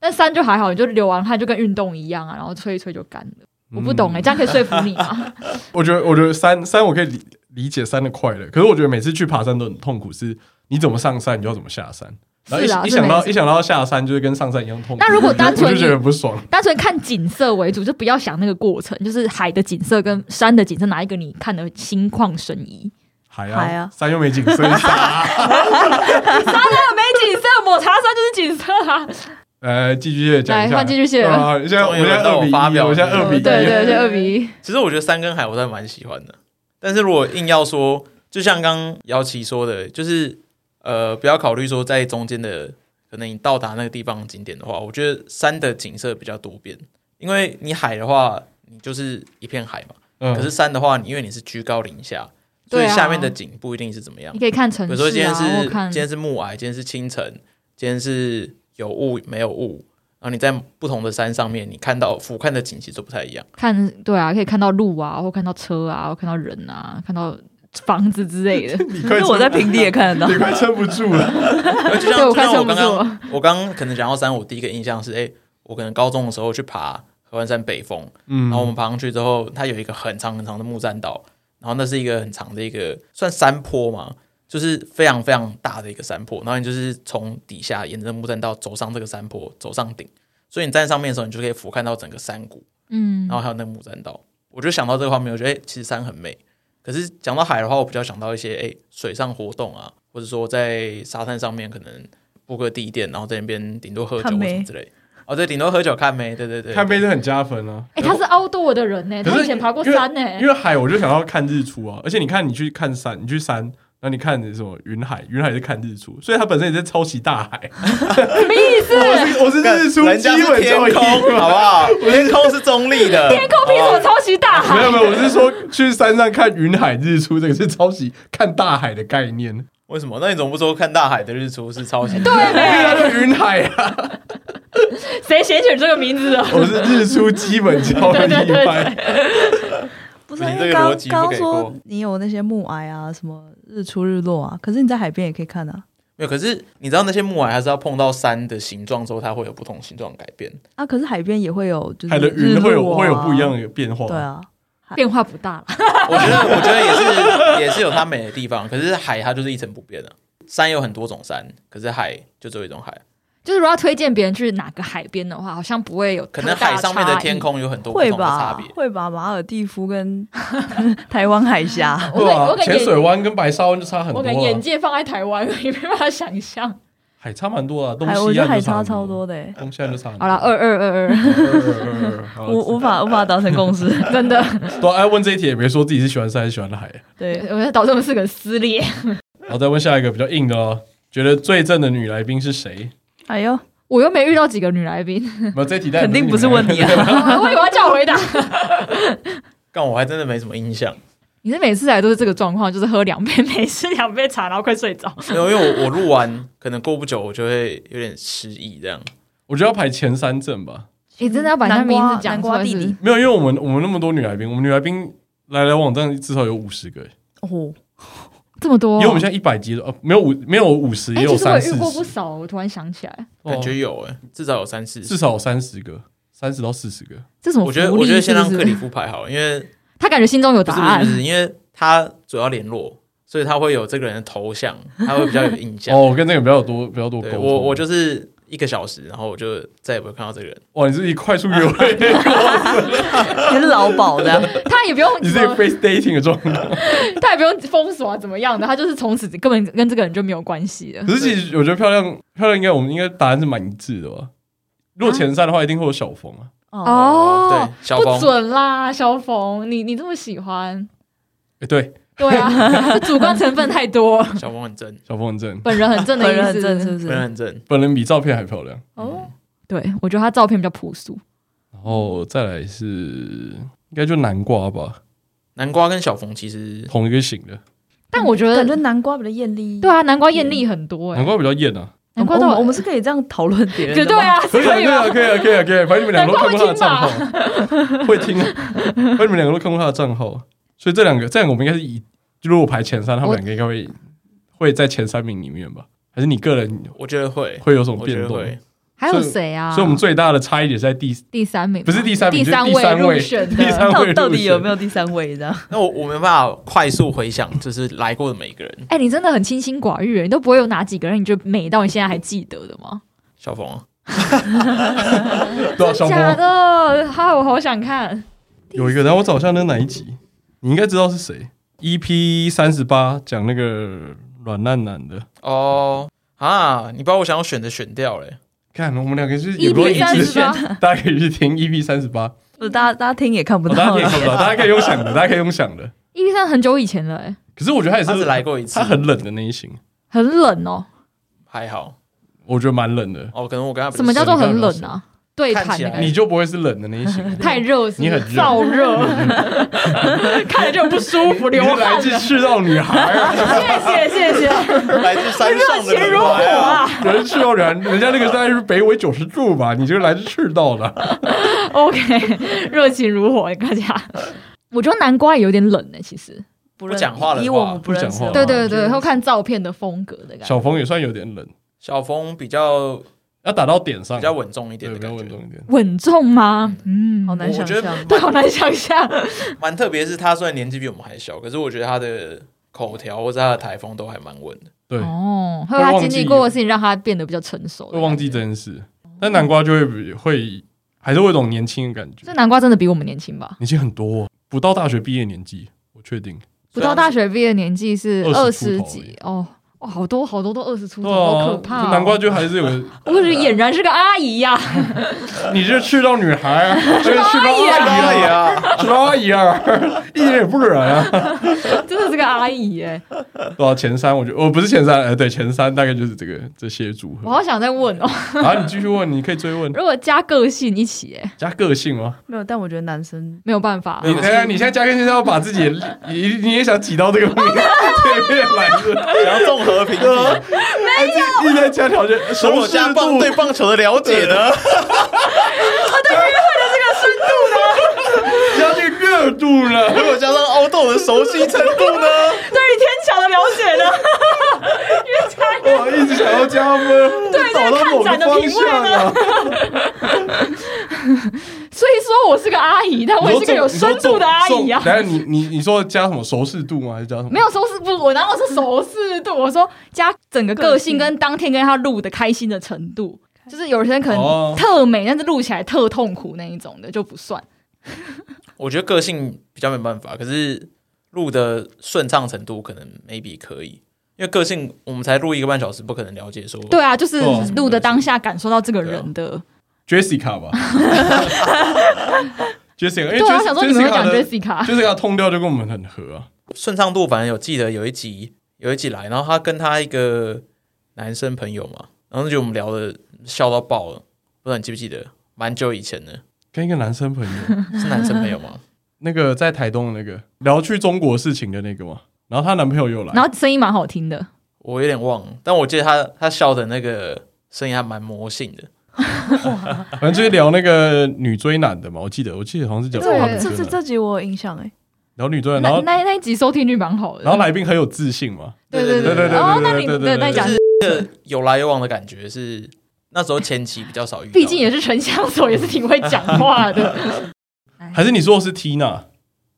C: 但山就还好，你就流完汗就跟运动一样啊，然后吹一吹就干了。 我不懂哎、
B: 嗯
C: 这样可以说服你吗？
B: 我觉得，我觉得山山我可以理理解山的快乐，可是我觉得每次去爬山都很痛苦，是你怎么上山，你就要怎么下山。 然后一
C: 是啊
B: 一
C: 是
B: 想
C: 没
B: 到
C: 错
B: 一想到下山，就是跟上山一样痛苦。
C: 那如果
B: 我就觉得
C: 单纯
B: 我就觉
C: 你
B: 得很不爽。
C: 单纯看景色为主，就不要想那个过程，就是海的景色跟山的景色哪一个你看的心旷神怡？
B: 海
D: 海
B: 啊
D: 啊，
B: 山又没 景，所以沙。
C: 没景色，抹茶山就是景色啊！
B: 呃，寄居蟹讲一
C: 来
B: 下，
C: 换寄居蟹
B: 对啊现在我
A: 终于
B: 现在
A: 轮到
B: 二
A: 我
B: 比
A: 发
B: 一
A: 表
B: 了，我现在
A: 了
B: 二比一。
C: 对对对，二比一。
A: 其实我觉得山跟海我倒蛮喜欢的，但是如果硬要说，就像刚姚琪说的，就是呃，不要考虑说在中间的可能你到达那个地方的景点的话，我觉得山的景色比较多变，因为你海的话，你就是一片海嘛，
B: 嗯
A: 可是山的话，你因为你是居高临下，所
C: 对
A: 以
C: 啊
A: 下面的景不一定是怎么样
C: 你。可以看城
A: 比
C: 市
A: 如说今天
C: 啊，
A: 是
C: 我看
A: 今天是暮霭，今天是清晨，今天是有雾没有雾，然后你在不同的山上面，你看到俯瞰的景其实都不太 一样。
C: 看对啊，可以看到路啊，或看到车啊，或看到人啊，看到房子 之类的。
B: 你
D: 可
B: 快
D: 是
B: 撑
D: 我在平地也看得到
B: 你。快撑不住了。
A: 就像
C: 对我
A: 就
C: 看
A: 像我
C: 撑不
A: 刚
C: 住
A: 刚
C: 了，
A: 我刚刚可能讲到山，我第一个印象是，哎、我可能高中的时候去爬合欢山北峰，
B: 嗯
A: 然后我们爬上去之后，它有一个很长很长的木栈道，然后那是一个很长的一个算山坡嘛，就是非常非常大的一个山坡，然后你就是从底下沿着木栈道走上这个山坡，走上顶，所以你站在上面的时候，你就可以俯瞰到整个山谷，
C: 嗯
A: 然，后还有那个木栈道，我就想到这个画面，我觉得哎、诶其实山很美。可是讲到海的话，我比较想到一些哎、诶水上活动啊，或者说在沙滩上面可能布个地垫，然后在那边顶多喝酒
D: 看
A: 或
D: 妹
A: 什么之类。哦，对，顶多喝酒看妹，对对对，
B: 看杯是很加分啊。
C: 哎、他是 outdoor 的人呢、
B: 可
C: 他
B: 是
C: 以前爬过山欸呢、
B: 因为海，我就想要看日出啊。而且你看，你去看山，你去山，然后你看什么云海，云海是看日出，所以它本身也在抄袭大 海。
C: 什么意
A: 哦
C: 思？
B: 我是我是
A: 干
B: 日出，
A: 人家
B: 基
A: 是
B: 本
A: 天
B: 就一
A: 空，
C: 啊
A: 好不 好？天空是中立的，天
C: 靠，凭什么抄袭大
B: 没有
C: 海？
B: 没有，我是说去山上看云海日出，这个是抄袭看大海的概念。
A: 为什么？那你怎么不说看大海的日出是超级？
C: 对
B: 因为它
C: 没
B: 叫云海 啊，
C: 谁写选这个名字的？啊
B: 我是日出基本教
C: 对对
B: 一
C: 对
B: 派。
D: 不是
A: 你
D: 因
A: 这
D: 为
A: 个
D: 刚
A: 逻辑不
D: 刚
A: 给
D: 说
A: 过
D: 你有那些暮霭啊，什么日出日落啊，可是你在海边也可以看啊。
A: 没有，可是你知道那些木耳还是要碰到山的形状之后，它会有不同形状的改变。
D: 啊，可是海边也会有，就是
B: 海的
D: 日
B: 云会有
D: 落啊
B: 会有不一样的变化。
D: 对，啊，
C: 变化不大了，
A: 我觉得，我觉得也是，也是有它美的地方。可是海它就是一成不变的、山有很多种山，可是海就只有一种海。
C: 就是如果要推荐别人去哪个海边的话，好像不会有
A: 可
C: 太
A: 能
C: 大
A: 海上面的
C: 差异
A: 天。空有很多不
D: 会
A: 同的差
D: 吧
A: 别。，
D: 会吧，马尔蒂夫跟 台湾海峡，
C: 我
B: 对啊
C: 我，感觉
B: 浅水湾跟白沙湾就差很多
C: 我
B: 啊
C: 感，觉眼界放在台湾，也没办法想象。
B: 海差蛮多啊，东西
D: 海
B: 岸
D: 哎我觉得
B: 就
D: 海
B: 差
D: 差
B: 很
D: 超，多的欸，
B: 东西岸就差很多。
C: 好了，二二二 二，
B: 我
D: 无无法无法达成共识，
C: 真的，
B: 对，哎，问这一题也没说自己是喜欢山还是喜欢海，
D: 对，
C: 我觉得导致我们四个人撕裂。
B: 然后再问下一个比较硬的哦。觉得最正的女来宾是谁？
D: 哎呦，
C: 我又没遇到几个女 来宾，
B: 没有这一题当然
D: 肯定不是
B: 女来
D: 问
B: 宾
D: 你啊，
C: 我以为要叫我回答。
A: 但我还真的没什么印象，
C: 你是每次来都是这个状况，就是喝两杯美式两杯茶，然后快睡着。
A: 没有，因为我我录完，可能过不久我就会有点失忆这样。
B: 我觉得要排前三正吧。
C: 你真的要把人家名字讲
D: 南
C: 出
D: 瓜
C: 来
D: 弟
C: 是不是
D: 弟？
B: 没有，因为我们我们那么多女来宾，我们女来宾来来往站至少有五十个，
D: 哦，
C: 这么多？
B: 因为我们现在一百集了，呃，没有五没有五十，也
C: 哎，
B: 有
C: 其实我
B: 三
C: 也
B: 四
C: 遇过不
B: 十，
C: 少，我突然想起来，
B: 哦
A: 感觉有哎、至少有三四
B: 至
A: 十。
B: 少有三十个，三十到四十个。
C: 这什么
A: 我觉得，
C: 福利
A: 我觉得
C: 是
A: 先
C: 不
A: 让
C: 是
A: 克里夫排好了，因为
C: 他感觉心中有
A: 不
C: 答
A: 是不是
C: 案
A: 不。是，因为他主要联络，所以他会有这个人的头像，他会比较有印象。
B: 哦，我跟那个比较有多比较多沟
A: 对
B: 通。
A: 我我就是一个小时，然后我就再也不会看到这个人。
B: 哇，你自己快速约会，
D: 你是老鸨的，
C: 他也不用
B: 你自
C: 什
B: 己
C: 么
B: face dating 的状态。
C: 他也不用封锁啊，怎么样的？他就是从此根本跟这个人就没有关系了。
B: 可是其实我觉得漂亮漂亮应该我们应该答案是蛮一致的吧？如果前三的话，一定会有小峰啊。
D: 哦，
C: 哦，
A: 对，小
C: 不
A: 峰，
C: 准啦，萧峰，你你这么喜欢，
B: 哎，对，
C: 对啊，这主观成分太多。
A: 小峰很正，
B: 小峰很正，
C: 本人很正的
D: 本
C: 意
D: 人
C: 思，
D: 很正是不
A: 本人
D: 是？
A: 很正。
B: 本人比照片还漂亮。
C: 哦。对，我觉得他照片比较朴素。
B: 然后再来是应该就南瓜吧，
A: 南瓜跟小峰其实
B: 同一个型的。
C: 但我觉得啊
D: 感觉南瓜比较艳丽，
C: 对啊，南瓜艳丽很多哎、
B: 南瓜比较艳啊，
D: 我
C: 难怪
D: 们
C: 都有
D: 我们是可以这样讨论别人的
C: 对
D: 吗，
C: 对啊，
B: 可以啊，可
C: 以
B: 以啊，
C: 吗？
B: 可以啊，可以啊，可以啊，反正你们两个都看过他的账
C: 难
B: 号，会听啊，反正你们两个都看过他的账号，所以这两个，这两个我们应该是以，如果我排前三，他们
C: 我
B: 两个应该会会在前三名里面吧？还是你个人
A: 我觉得会，
B: 会有什么
A: 我觉
B: 变
A: 得
B: 动？
A: 会。
C: 还有谁啊？
B: 所以我们最大的差异点是在第
C: 第三名吗
B: 不是第三名
C: 第三
B: 就是第三位
C: 入选的，
B: 第三位
D: 到到
B: 入
D: 底
B: 选
D: 有没有第三位这样？
A: 那我我没办法快速回想，就是来过的每一个人。
C: 哎、你真的很清心寡欲，你都不会有哪几个人你就美到你现在还记得的吗？
A: 小冯啊，
B: 对啊，小波
C: 假的，嗨，我好想看。
B: 有一个，然后我找一下那哪一集，你应该知道是谁，EP 三十八讲那个软烂男的。
A: 哦啊，你把我想要选的选掉了欸。
B: 看，我们两个就是
A: E
B: 也不
C: EP
B: 一
C: 三
B: 直
C: 十
B: 选，
C: 八，
B: 大家可以去听 EP 三十八，
D: 不是大家大家听也看不
B: 哦大家
D: 到
B: 可以
D: 了，
B: 看不到，大家可以用想的，大家可以用想的。
C: EP 三很久以前了、哎，
B: 可是我觉得他也
A: 他
B: 是
A: 只来，过一次
B: 他，很冷的那一型，
C: 很冷哦。
A: 还好。
B: 我觉得蛮冷的。
A: 哦，可能我跟他比较
C: 什么叫
A: 熟
C: 做很冷啊？对
A: 看
C: 谈
A: 起
C: 的
A: 来
C: 感
B: 你
C: 觉，
B: 就不会是冷的那一型，
C: 太热是不是，
B: 你很热
C: 燥热， 看着就不舒服，
B: 你
C: 流
B: 是来
C: 汗
B: 自。赤道女孩啊，
C: 谢谢谢谢，
A: 来自山上的
C: 热情
A: 人
C: 如火
A: 啊！
C: 啊！
B: 人是赤道女孩，人家那个大概是北纬九十度吧，你就是来自赤道的。
C: OK，热情如火，大家。我觉得南瓜也有点冷呢、欸其实。
D: 不
A: 不讲话的话
D: 以我们不认识的
B: 不讲
D: 话，
C: 对
B: 话
C: 对对，
D: 我
C: 要
D: 觉得
C: 看照片的风格的感觉。
B: 哦小冯也算有点冷，
A: 小冯比较
B: 要打到点上，
A: 比较稳重一点
B: 对，
A: 的
B: 比较
A: 感
B: 稳
A: 觉
B: 重，一点。
C: 稳重吗？嗯，
D: 好难
A: 我
D: 想
A: 觉得
D: 象。
C: 对，好难想象。
A: 蛮特别。是他虽然年纪比我们还小，可是我觉得他的口条或者他的台风都还蛮稳的。
B: 对，
C: 哦，还有他经历过的事情，让他变得比较成熟。
B: 会忘记这件事，但南瓜就会比会还是会有一种年轻的感觉
C: 这，南瓜真的比我们年轻吧？
B: 年轻很多、哦不到大学毕业年纪，我确定。
C: 不到大学毕业的年纪是二
B: 20
C: 十
B: 出头
C: 几哦，哇，好多好多都二十出头，
B: 对
C: 好
B: 啊
C: 可，怕哦！
B: 南瓜就还是有个
C: 我觉得俨然是个阿姨呀。
B: 你这赤道女孩啊，这个赤道阿姨啊，
A: 啊，
B: 赤道阿姨啊，一点也不惹啊。
C: 真的是个阿姨耶、
B: 对啊，前三我觉得我不是前三，呃，对，前三大概就是这个这些组
C: 我
B: 合。
C: 好想再问哦，
B: 然后你继续问，你可以追问
C: 如果加个性一起、耶，
B: 加个性吗？
D: 没有，但我觉得男生
C: 没有办法，
B: 你等一下你现在加个性是要把自己的，你你也想挤到这个 前面来的，
A: 想要综合评 比，
B: 没有，一直在加条 件，
A: 是我
B: 熟视
A: 家棒
B: 度
A: 对棒球的了解呢。
B: 加这个热度
A: 如
B: 了。
A: 果加上凹豆的熟悉程度呢？
C: 对于天桥的了解 呢？
B: 我一直想要加分，对找到某个方向啊。
C: 所以说我是个阿姨，但 我也是个有深度的阿姨啊
B: 你说重重。等一下你你你说加什么熟视度吗？还是加什么？
C: 没有收视不，我然后是熟视度，我说加整个个性跟当天跟他录的开心的程度，就是有些人可
B: 哦
C: 能特美，但是录起来特痛苦那一种的就不算。
A: 我觉得个性比较没办法，可是录的顺畅程度可能 maybe 可以，因为个性我们才录一个半小时，不可能了解说
C: 对啊，就是
B: 哦
C: 录的当下感受到这个人的。
B: Jessica 吧，Jessica，因为
C: 对啊，我想说你们会讲
B: Jessica
C: Jessica，
B: Jessica 痛调就跟我们很合啊。
A: 顺畅度。反正有记得有一集有一集来，然后他跟他一个男生朋友嘛，然后就我们聊的笑到爆了，不知道你记不记得，蛮久以前的，
B: 跟一个男生朋友，
A: 是男生朋友吗？
B: 那个在台东的那个聊去中国事情的那个嘛，然后她男朋友又来，
C: 然后声音蛮好听的。
A: 我有点忘了，但我记得他他笑的那个声音还蛮魔性的。
B: 反正就是聊那个女追男的嘛，我记得我记得好像是讲
C: 对
B: 他女
D: 这这
B: 追男，
D: 这集我有印象哎，
B: 聊女追男，然
C: 那
B: 后
C: 那那一集收听率蛮好的。
B: 然后来宾很有自信嘛，
C: 对对
B: 对对对
C: 哦，那
B: 对
C: 你
B: 对
C: 对
B: 对
C: 在讲
A: 就，这有来有往的感觉是那时候前期比较少遇到，
C: 毕竟也是城乡所，也是挺会讲 话的。
B: 还是你说的是 Tina？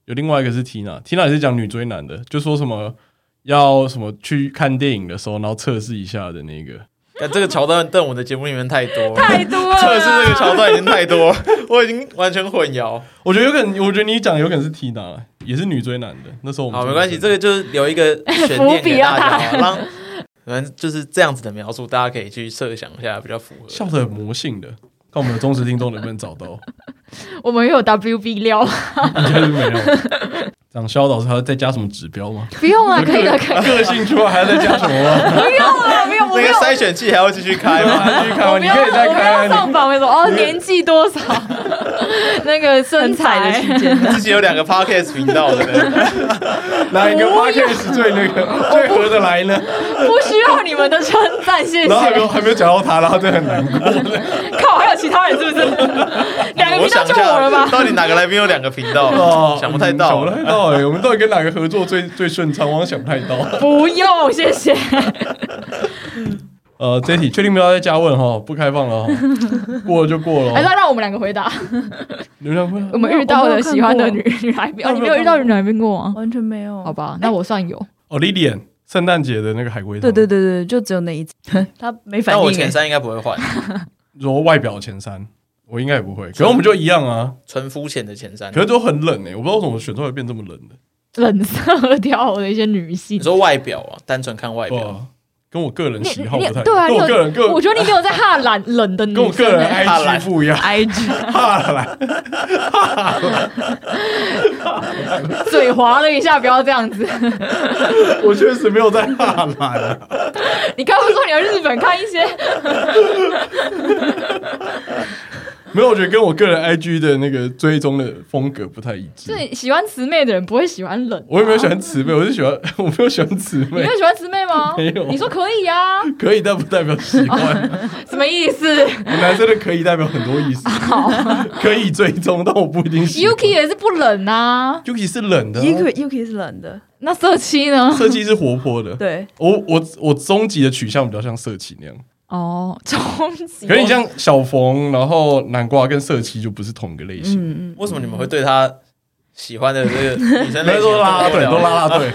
B: 有另外一个是 Tina，Tina 也是讲女追男的，就说什么要什么去看电影的时候，然后测试一下的那个，
A: 但这个桥段在我的节目里面太多了，
C: 太多了。
A: 测试这个桥段已经太多了，我已经完全混淆。
B: 我觉得有可能，我觉得你讲有可能是 Tina，也是女追男的。那时候我们
A: 好，没关系，这个就是留一 个悬
C: 伏
A: 念
C: 笔
A: 给
C: 啊
A: 大家好了，让反正就是这样子的描述，大家可以去设想一下，比较符合。
B: 笑得很魔性的，看我们的忠实听众能不能找到，
C: 我们又有 WB 料，
B: 应该是没有。讲肖老师还要再加什么指标吗？
C: 不用了，可以了，可以了，
B: 个性之外还要再加什么吗？
C: 不用 了，不用，不
A: 那个
C: 用。
A: 筛选器还要继续开
B: 还
A: 吗？
B: 吗？继续开吗？
C: 不
B: 你
C: 要
B: 可以再
C: 我不
B: 开
C: 要
B: 啊。
C: 上榜，我说哦，年纪多少？ 那个身
D: 很欸
C: 材
D: 踩的期间 的，
A: 自己有两个 podcast 频道的人，
B: 哪一个 podcast 最那个最合得来呢？
C: 不需要你们的称赞，谢谢。
B: 然后还没有还没有讲到他，然后就很难过。
C: 靠，还有其他人是 不是？两个
A: 我
C: 频
A: 想
C: 道
A: 一
C: 就我
A: 下
C: 了吧？
A: 到底哪个来宾有两个频
B: 哦
A: 道？想不太到
B: 嗯想不。太到哎、我们到底跟哪个合作最最顺畅？我好像想不太到。
C: 不用，谢谢。
B: 呃，这题确定不要再加问哈，不开放了哈，过了就过了
C: 还是
B: 哦。
C: 要让我们两个回答。
B: 流量会啊
C: 我们遇到的喜欢的女女 来宾，哦，你没有遇到女来宾过吗？
D: 完全没 有。
C: 好吧，那我算有。
B: 哦，Lilian，圣诞节的那个海龟汤，
D: 对对对对，就只有那一次，他没反
A: 但
D: 应
A: 我
D: 欸。
A: 前三应该不会换，
B: 如果外表前三，我应该也不会。可是我们就一样啊，
A: 纯肤浅的前三
B: 可。是都很冷哎、我不知道为什么选出来变这么冷的。
C: 冷色调的一些女性
A: 你，说外表啊，单纯看外表，
B: 哇，跟我个人
C: 你
B: 喜好
C: 你
B: 不太，
C: 对啊
B: 跟我
C: 你有
B: 个人个
C: 我觉得你没有在怕冷冷的女
B: 跟我
C: 生
B: 个人
C: 欸。
A: 怕懒
B: IG 不一样，
D: IG
B: 怕了。
C: 嘴滑了一下，不要这 样子。
B: 我确实没有在怕懒啊。
C: 你刚不是说你要日本看一些？
B: 没有，我觉得跟我个人 IG 的那个追踪的风格不太一致
C: 就。是喜欢慈妹的人不会喜欢冷啊。
B: 我也没有喜欢慈妹，我是喜欢， 我没有喜欢慈
C: 你
B: 妹
C: 没有，喜欢慈妹吗？
B: 没有
C: 你说可以啊？
B: 可以但不代表喜欢。
C: 什么意 思
B: 我男生的可以代表很多意思，可以追踪，但我不一定喜欢。
C: ？Yuki 也是不冷啊。
B: Yuki 是冷的啊、
D: Yuki Yuki 是冷的，
C: 那色七呢？
B: 色气是活泼的。
D: 对，
B: 我我我终极的取向比较像色气那样，
C: 哦，终极。
B: 可是你像小冯，然后南瓜跟色气就不是同一个类型。
D: 嗯嗯，
A: 为什么你们会对他喜欢的这个女生类
B: 那
A: 型
B: 都拉拉队，都
A: 了解
B: 拉拉队，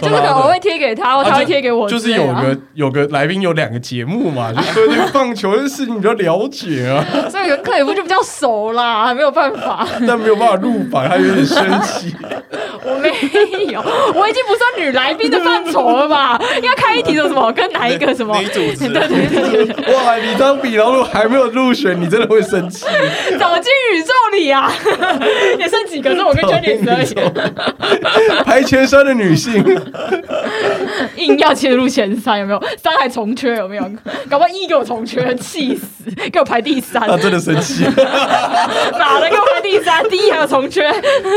C: 就是可能我会贴给他，
B: 啊
C: 他会
B: 就
C: 贴给我
B: 就是
C: 之类的
B: 有
C: 啊，
B: 个有个来宾有两个节目嘛，就是对这个棒球的事情比较了解啊。
C: 所以跟克里夫就比较熟啦，没有办法，
B: 但没有办法入榜，他有点生气。
C: 我没有，我已经不算女来宾的范畴了 吧？要开一题的什么跟哪一个什么
A: 女？主持
C: 对对
A: 人？
C: 对对，
B: 哇，你当比劳路还没有入选，你真的会生气。
C: 早进宇宙里啊， 也剩几个？是我跟 Jenny 而 已，
B: 排前三的女性，
C: 硬要切入前三，有没有？三还重缺有没有？搞不好一给我重缺，气死！给我排 第三，
B: 他真的生 气。
C: 哪的给我排第三？第一还有重缺，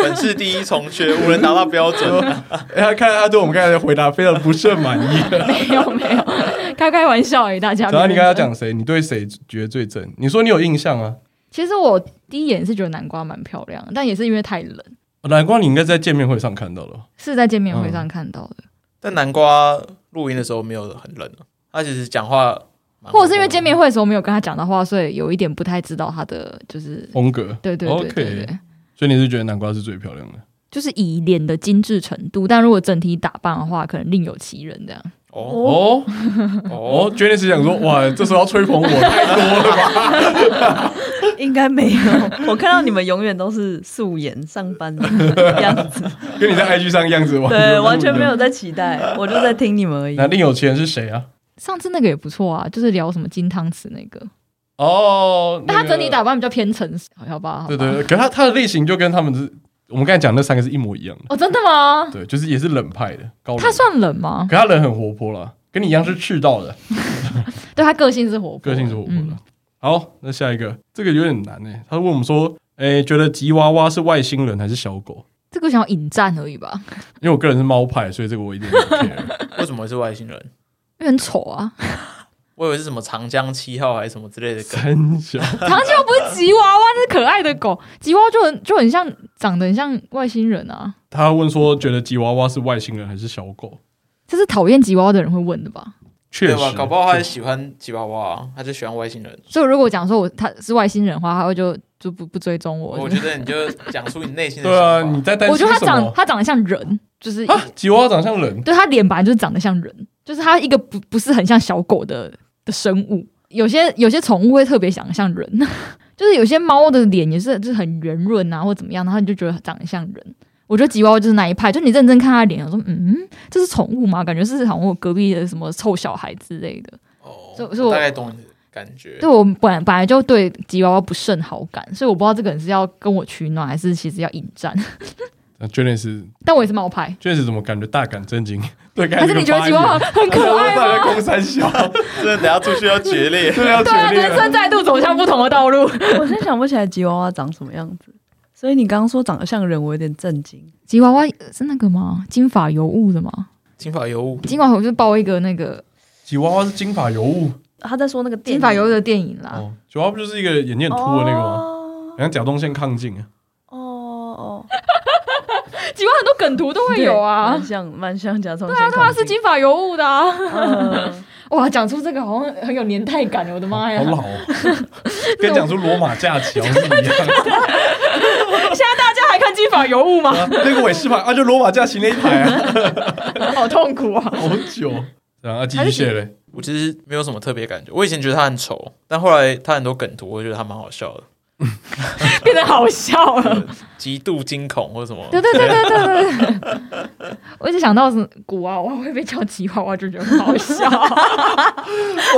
A: 本次第一重缺，无人达到标准。
B: 哎他看他对我们刚才的回答非常不甚满 意。
C: 没有没有，开开玩笑而已，大家。
B: 啊然后你刚才讲谁？你对谁觉得最真？你说你有印象啊？
C: 其实我第一眼是觉得南瓜蛮漂亮的，但也是因为太冷，
B: 南瓜，你应该在见面会上看到了。
C: 是在见面会上看到的，
A: 但南瓜录音的时候没有很冷啊，他其实讲话蛮活泼的，
C: 或者是因为见面会的时候没有跟他讲到话，所以有一点不太知道他的就是，
B: 风格，
C: 对对对对
B: OK
C: 对
B: 所以你是觉得南瓜是最漂亮的？
C: 就是以脸的精致程度，但如果整体打扮的话，可能另有其人这样。
D: 嗯
A: 哦
B: 哦
A: 哦，
B: 哦，娟妮是想说，哇，这时候要吹捧我，太多了吧？
D: 应该没有。我看到你们永远都是素颜上班的 样子，
B: 跟你在 IG 上的样子完全不一
D: 对，
B: 样
D: 完全没有。在期待，我就在听你们而已。
B: 那另有其人是谁啊？
C: 上次那个也不错啊，就是聊什么金汤匙那个，
B: 哦，
C: 但他整体
B: 打。
C: 打扮比较偏成熟，好吧？好吧
B: 对对，对，可是他他的类型就跟他们是我们刚才讲那三个是一模一样的，
C: 哦，真的吗？
B: 对，就是也是冷派的高冷，
C: 他算冷吗？
B: 可他人很活泼啦，跟你一样是赤道的，
C: 对他个性是活泼，
B: 个性是活泼的。
C: 嗯
B: 好，那下一个这个有点难诶、欸他问我们说，诶、觉得吉娃娃是外星人还是小狗？
C: 这个想要引战而已吧，
B: 因为我个人是猫派，所以这个我一点都不 care。
A: 为什么会是外星人？
C: 因为很丑啊。
A: 我以为是什么长江七号还是什么之类的梗。
B: 三小，
C: 长颈鹿不是吉娃娃，那是可爱的狗。吉娃娃就很就很像，长得很像外星人啊。
B: 他问说，觉得吉娃娃是外星人还是小狗？
C: 这是讨厌吉娃娃的人会问的吧？
B: 确
A: 对
B: 实
A: 吧？，搞不好他
B: 确
A: 是
B: 实
A: 喜欢吉娃娃、啊，他就喜欢外星 人。
C: 所以如果讲说我他是外星人的话，他会就就不不追踪我。
A: 我觉得你就讲出你内心的
B: 对啊，
A: 想
B: 你
A: 法。
B: 在担
C: 我
B: 心
C: 觉得他
B: 什
C: 长
B: 么？
C: 他长得像人，就是
B: 啊，吉娃娃长相人，
C: 对他脸本来就是长得像人，就是他一个不不是很像小狗的的生物。有些有些宠物会特别想像人， 就是有些猫的脸也是就是很圆润啊，或怎么样，然后你就觉得长得像人。我觉得吉娃娃就是那一派，就你认真看它的脸，我说嗯，这是宠物吗？感觉是好像我隔壁的什么臭小孩之类的。
A: 哦
C: 是是我
A: 大概懂你的感觉
C: 对。我本来本来就对吉娃娃不甚好感，所以我不知道这个人是要跟我取暖，还是其实要引战。
B: 那 j e n n i c
C: 但我也是冒牌。
B: j e n n i 怎么感觉大感震惊？ 对，感
C: 还是你觉得吉娃娃很可爱吗？
B: 在公山小，
A: 真的等下出去要决裂。
B: 对啊，
C: 对啊，人生再度走向不同的道路。
D: 我真想不起来吉娃娃长什么样子，所以你刚刚说长得像人，我有点震惊。
C: 吉娃娃呃是那个吗？金发尤物的吗？
A: 金发尤物，
C: 金发我就包一个那个
B: 吉娃娃是金发尤物
D: 他在说那个电
C: 金发尤物的电影啦。
B: 哦，吉娃娃不就是一个眼睛很凸的那个吗？
D: 哦
B: 然后甲状腺亢进啊，
D: 哦哦，
C: 吉娃娃很多梗图都会有啊
D: 蛮。像蛮像甲状腺。
C: 对啊，对啊，是金发尤物的啊！
D: 嗯
C: 哇，讲出这个好像很有年代感，我的妈哎呀
B: 好！老哦， 跟讲出罗马假期好像是一样。
C: 现在大家还看金发尤物吗？
B: 啊那个尾是牌啊，就罗马假期那一排啊，
C: 好痛苦啊！
B: 好久。然后继续写嘞，
A: 我其实没有什么特别感觉。我以前觉得他很丑，但后来他很多梗图，我觉得他蛮好笑的，
C: 变得好笑了。
A: 极度惊恐或者什么。
C: 对对对对对对对。 我一直想到是古娃娃会被叫吉娃娃，就觉得很好 笑。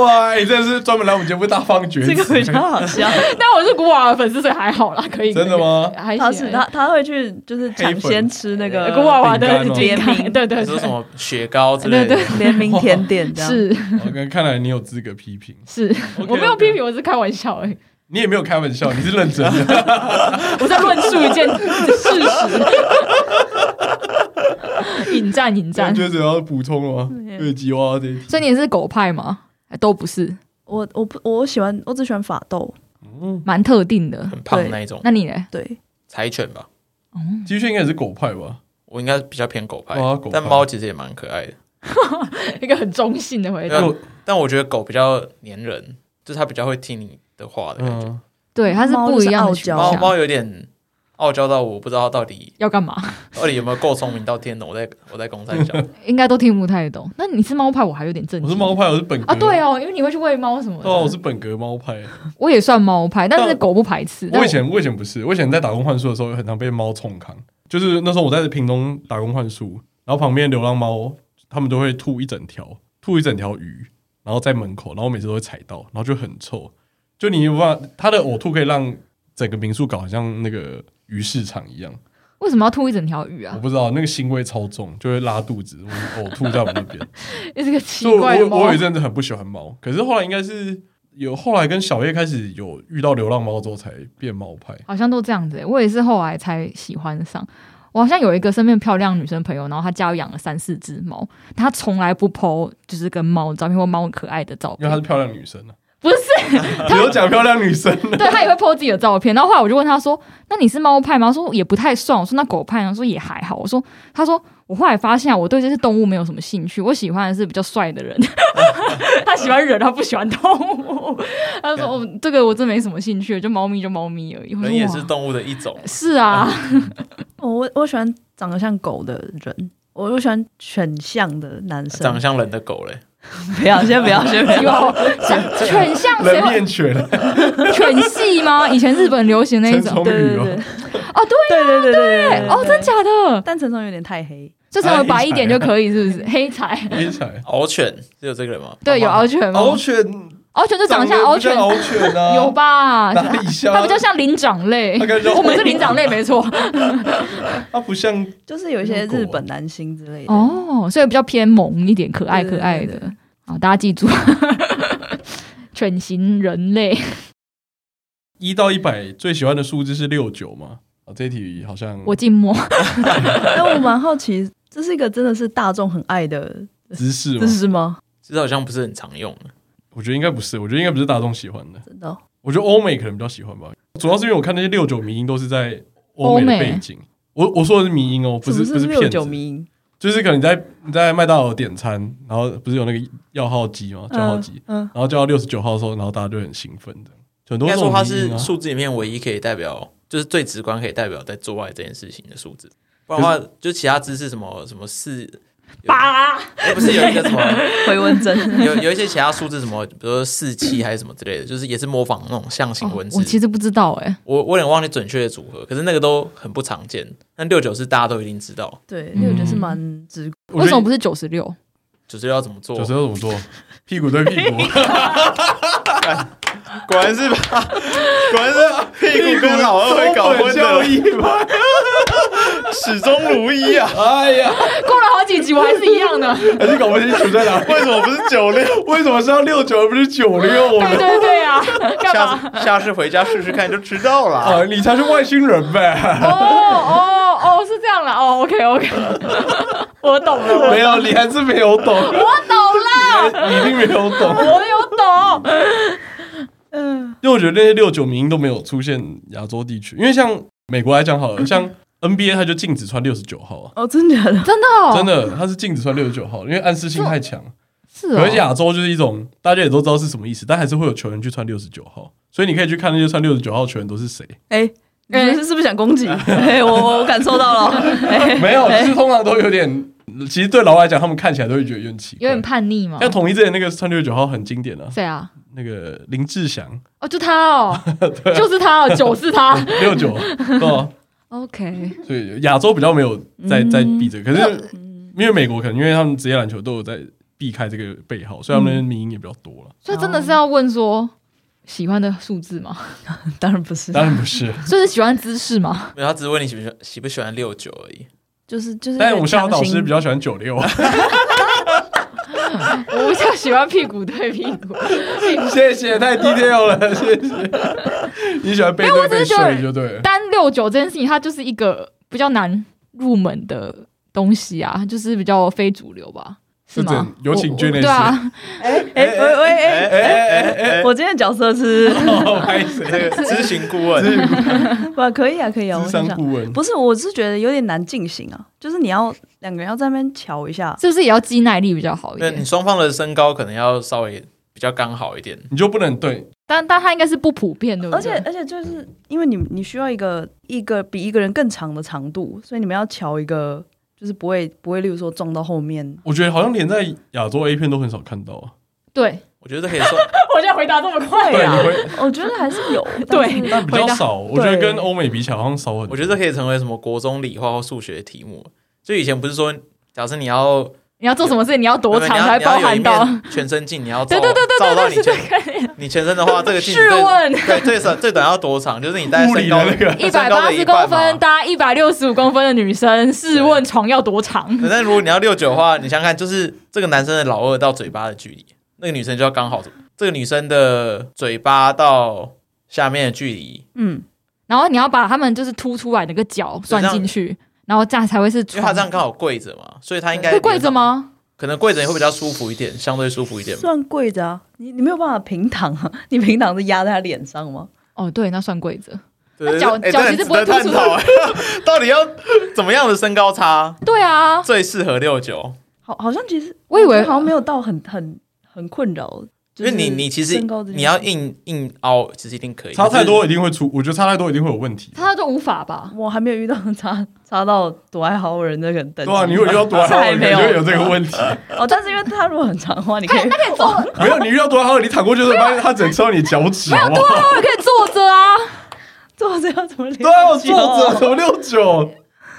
B: 哇，你真的是专门来我们节目大放厥
D: 这个比
B: 词，
D: 较好 笑。
C: 但我是古娃娃的粉丝，所以还好啦，可以。
B: 真的？吗？
C: 还
D: 他
C: 行
D: 是他呃他会去就是
B: 黑
D: 抢
B: 粉
D: 先吃那个
C: 古娃娃的
B: 饼干哦
C: 饼干
D: 联名
C: 对对
A: 你
C: 对
A: 说什么雪糕之类的，
C: 对
D: 联名 甜点这样。
C: 是
B: 我跟看来你有资格批评，
C: 是
B: OK，
C: 我没有批评，我是开玩笑而已。
B: 你也没有开玩笑，你是认真 的。
C: 我在论述一件事实。 引战，引
B: 我
C: 战。
B: 觉得只要补充了吗？
D: 嗯
B: 对吉娃娃这一题，
C: 啊所以你是狗派吗？都不是，
D: 我我不我喜欢我只喜欢法斗，
B: 嗯
C: 蛮特定的。
A: 很胖那一种
C: 那你呢？
D: 对，
A: 柴犬吧，
B: 鸡圈应该也是狗派吧？啊
A: 我应该比较偏狗派
B: 哇狗派，
A: 哎但猫其实也蛮可爱的。
C: 一个很中性
B: 哎
C: 的
B: 呃
C: 回答。
A: 但但我觉得狗比较粘人，就是它比较会听你的话的感觉。
B: 嗯，
C: 对，它是
D: 猫
C: 不
D: 就
C: 一
D: 是
C: 样的
D: 傲
C: 取
D: 娇
A: 猫
C: 向
A: 猫有点傲娇到我不知道它到底
C: 要干嘛？
A: 到底有没有够聪明到天懂我在我在公 山讲，
C: 应该都听不太懂。那你是猫派，我还有点震惊。
B: 我是猫派，我是本格
C: 啊，对，哦，因为你会去喂猫什么的。
B: 哦，我是本格猫派。
C: 我也算猫派，但是
B: 但
C: 狗不排斥。但
B: 我以前我以前不是，我以前在打工换宿的时候，很常被猫冲康。就是那时候我在屏东打工换宿，然后旁边流浪猫，他们都会吐一整条，吐一整条鱼，然后在门口，然后我每次都会踩到，然后就很臭。就你有没有办法，它的呕吐可以让整个民宿搞得像那个鱼市场一样，
C: 为什么要吐一整条鱼
B: 我
C: 啊？
B: 不知道那个腥味超重，就会拉肚子，我呕吐在我们那边。
C: 这是个 奇
B: 就我
C: 怪的猫
B: 我有一阵子很不喜欢猫，可是后来应该是有后来跟小叶开始有遇到流浪猫之后才变猫派。
C: 好像都这样子欸、我也是后来才喜欢上。我好像有一个身边漂亮女生朋友，然后她家有养了三四只猫，她从来不 PO 就是跟猫的照片或猫可爱的照
B: 因为她是
C: 片，
B: 漂亮女生啊，
C: 不是，
B: 你有讲漂亮女生呢？
C: 对她也会 PO 自己的照片。然后后来我就问她说：“那你是猫派吗？”她说也不太算。我说那狗派呢？她说也还好。我说她说啊我后来发现啊我对这些动物没有什么兴趣，我喜欢的是比较帅的人。 她喜欢人，她不喜欢动物。她说哦，这个我真没什么兴趣，就猫咪就猫咪而已。我说
A: 人也是
C: 哇
A: 动物的一种。
C: 是啊，
D: 哦我我喜欢长得像狗的人，我我喜欢犬像的男生。
A: 长得像人的狗嘞，
D: 不要，先不要，先
C: 哎
D: 不要。
C: 有像犬像谁
B: 人
C: 会
B: 面犬，
C: 犬系吗？以前日本流行那一
B: 陈
C: 种
B: 崇
D: 对
B: 宇
D: 对
B: 哦
D: 对，
C: 哦，对，
D: 对 对对对对
C: 哦，真假的，
D: 但陈松有点太黑，
C: 就稍微白一点就可以，是不是？黑柴，
B: 黑彩
A: 獒犬是有这个人吗？
C: 对，有獒犬吗？
B: 獒犬
C: 獒犬就长相獒
B: 獒
C: 犬，
B: 獒犬啊，
C: 有吧？
B: 哪里像？
C: 它比较像灵长类
B: 它跟肉，
C: 我们是灵长类没错。
B: 它不像
D: 就是有一些日本男星之类的。
C: 哦，所以比较偏萌一点，可爱可爱
D: 对对对
C: 的。好，大家记住， 犬型人类。
B: 一到一百最喜欢的数字是六九嘛？啊，这一题好像
C: 我静默，
D: 但我蛮好奇，这是一个真的是大众很爱的
B: 姿势嘛
D: 姿，势吗？
A: 其实好像不是很常用的。
B: 我觉得应该不是，我觉得应该不是大众喜欢的，
D: 真的哦、
B: 我觉得欧美可能比较喜欢吧，主要是因为我看那些六九迷音都是在欧美
C: 欧
B: 的
C: 美
B: 背景。我我说的是迷音哦，不
D: 什
B: 是
D: 么
B: 不是
D: 六
B: 骗
D: 九
B: 子，
D: 迷音？
B: 就是可能你在你在麦当劳点餐，然后不是有那个要号机吗？叫号机，
D: 嗯，嗯
B: 然后叫到六十九号的时候，然后大家就很兴奋的，很
A: 应
B: 多
A: 该
B: 这
A: 说
B: 种
A: 它
B: 迷因
A: 是
B: 啊
A: 数字里面唯一可以代表，就是最直观可以代表在做爱这件事情的数字。不然的话，就其他姿势什么什么四，
C: 八
A: 哎不是有一个什么
D: 回纹针
A: 有有一些其他数字什么，比如说四七还是什么之类的，就是也是模仿那种象形文字。
C: 哦我其实不知道哎，
A: 我我有点忘记准确的组合，可是那个都很不常见。但六九是大家都一定知道，
D: 对，
C: 嗯
D: 六九是蛮直
B: 我
C: 为什
B: 觉
C: 么
B: 得
C: 不是九十六？
A: 九十六要怎么做？
B: 九十六怎么做？ 屁股对屁股，啊
A: 果然是吧？果然是屁股跟老二
B: 交易嘛，
A: 始终如一啊！
B: 哎呀，
C: 过了好几集，我还是一样的。
B: 还是搞不清楚在哪。
A: 为什么不是九六？
B: 为什么是要六九而不是九六
C: 对
B: 呢？
C: 对对啊， 干
A: 下
C: 嘛？
A: 次下次回家试试看就知道了。
B: 啊，你才是外星人呗！
C: 哦哦哦，是这样啦。哦，OK OK，我懂了，我
B: 没有，你还是没有懂，
C: 懂了，
B: 你 一定没有懂。
C: 我有懂。
D: 嗯，
B: 因为我觉得那些六九名都没有出现亚洲地区，因为像美国来讲好了，像 NBA 它就禁止穿六十九号啊，
D: 哦，真的假的？
C: 真的哦，
B: 真的，它是禁止穿六十九号，因为暗示性太强。
C: 是
B: 可是
C: 哦，
B: 亚洲就是一种大家也都知道是什么意思，但还是会有球员去穿六十九号，所以你可以去看那些穿六十九号球员都是 谁。
D: 哎、你们是是不是想攻击？ 哎，我我我感受到 了，哎
B: 没有，就是通常都有点，其实对老外来讲，他们看起来都会觉得有点奇怪。
C: 有点叛逆嘛。
B: 像统一之前那个穿六十九号很经典啊，
C: 谁啊？
B: 那个林志祥
C: 哦，就 他哦，就是他
B: 啊
C: 哦，九是他。
B: 六九，对啊
C: OK，
B: 所以亚洲比较没有
C: 嗯
B: 在在避这个，可是
D: 嗯
B: 因为美国可能因为他们职业篮球都有在避开这个背号，所以他
C: 嗯
B: 们的民音也比较多了。
C: 所以真的是要问说喜欢的数字吗？
D: 当然不是，
B: 当然不是，
C: 所以是喜欢姿势吗？
A: 没有，他只是问你喜不喜欢喜不喜欢六九而已。
D: 就是就是，
B: 但我们校长导师比较喜欢九六啊。
C: 我就喜欢屁股对屁股。
B: 谢谢，太 detail 了， 谢谢。你喜欢背对背睡就对了。
C: 单六九这件事情，它就是一个比较难入门的东西啊，就是比较非主流吧，是
B: 就
C: 吗
B: 整？有请
C: 我我
B: Janice
C: 对啊，
D: 哎喂喂
A: 哎
D: 哎，
A: 哎哎哎，
D: 我今天的角色是
B: 哦，拍谁？
A: 那个咨询顾问，
D: 哇，可以啊可以啊，我
B: 智
D: 想
B: 商
D: 想，
B: 顾问，
D: 不是，我是觉得有点难进行啊，就是你要两个人要在那边瞧一下，
C: 是不是也要肌耐力比较好一
A: 对你
C: 点？
A: 双方的身高可能要稍微比较刚好一点。
B: 你就不能对
C: 但但它应该是不普遍，对啊不
D: 而
C: 对？
D: 且而且就是因为你你需要一个一个比一个人更长的长度，所以你们要瞧一个就是不会不会，例如说撞到后面，
B: 我觉得好像连在亚洲 A 片都很少看到啊。
C: 对，
A: 我觉得可以说，
C: 我现在回答这么快啊
B: 对，啊你 会
D: 我觉得还是 有，
C: 对
D: 但是
B: 比较少，我觉得跟欧美比起来好像少很多。
A: 我觉得可以成为什么国中理化或数学题目。就以前不是说，假设你要
C: 你要做什么事？你要多长
A: 你要
C: 才包含到
A: 你要？有一面全身镜，你要照
C: 对对对
A: 照
C: 对
A: 到
C: 对，
A: 你
C: 是这
A: 全
C: 个概念。
A: 你全身的话，这个镜子
C: 试
A: 最
C: 问
A: 对最少最短要多长？就是你在
B: 物理
A: 身高
B: 的那个
C: 一百八十公分搭一百六十五公分的女生，试问床要多长？
A: 对但如果你要六九的话，你想想看，就是这个男生的老二到嘴巴的距离，那个女生就要刚好，这个女生的嘴巴到下面的距离，
D: 嗯，
C: 然后你要把他们就是凸出来那个角算进去，然后这样才会是
A: 因为她
C: 床
A: 这。样刚好跪着 嘛，所以她应该
C: 会跪着？吗？
A: 可能跪着也会比较舒服一点，相对舒服一点嘛。
D: 算跪着啊，你你没有办法平躺啊，你平躺是压在他脸上吗？
C: 哦，对， 那算跪着。
A: 对
C: 脚
A: 哎
C: 脚
A: 这
C: 其实
A: 很
C: 不会
A: 值得
C: 突出
A: 探讨哎到底要怎么样的身高差
C: 对啊，
A: 最适合六九？
D: 好，好像其实
C: 我以为
D: 觉得好像没有到很很很困扰，
A: 因
D: 就
A: 为
D: 是
A: 你你其实
D: 身高这件
A: 你要
D: 事
A: 硬硬凹，其实一定可以。
B: 差太多一定会出，我觉得差太多一定会有问题。
C: 他就无法吧？
D: 我还没有遇到 差差到躲爱好人那个等级，
B: 对啊，你如果遇到多
D: 这
B: 哈尔，
D: 还
B: 你就
D: 没有
B: 会有这个问题。
D: 哦，但是因为他如果很长的话，你可以
B: 没有，你遇到多哈尔，你躺过去的时候发现他只能吃到你脚趾，好不好？
C: 他可以坐着啊，
D: 坐着要怎么 练？
B: 对啊，我坐着什么六九，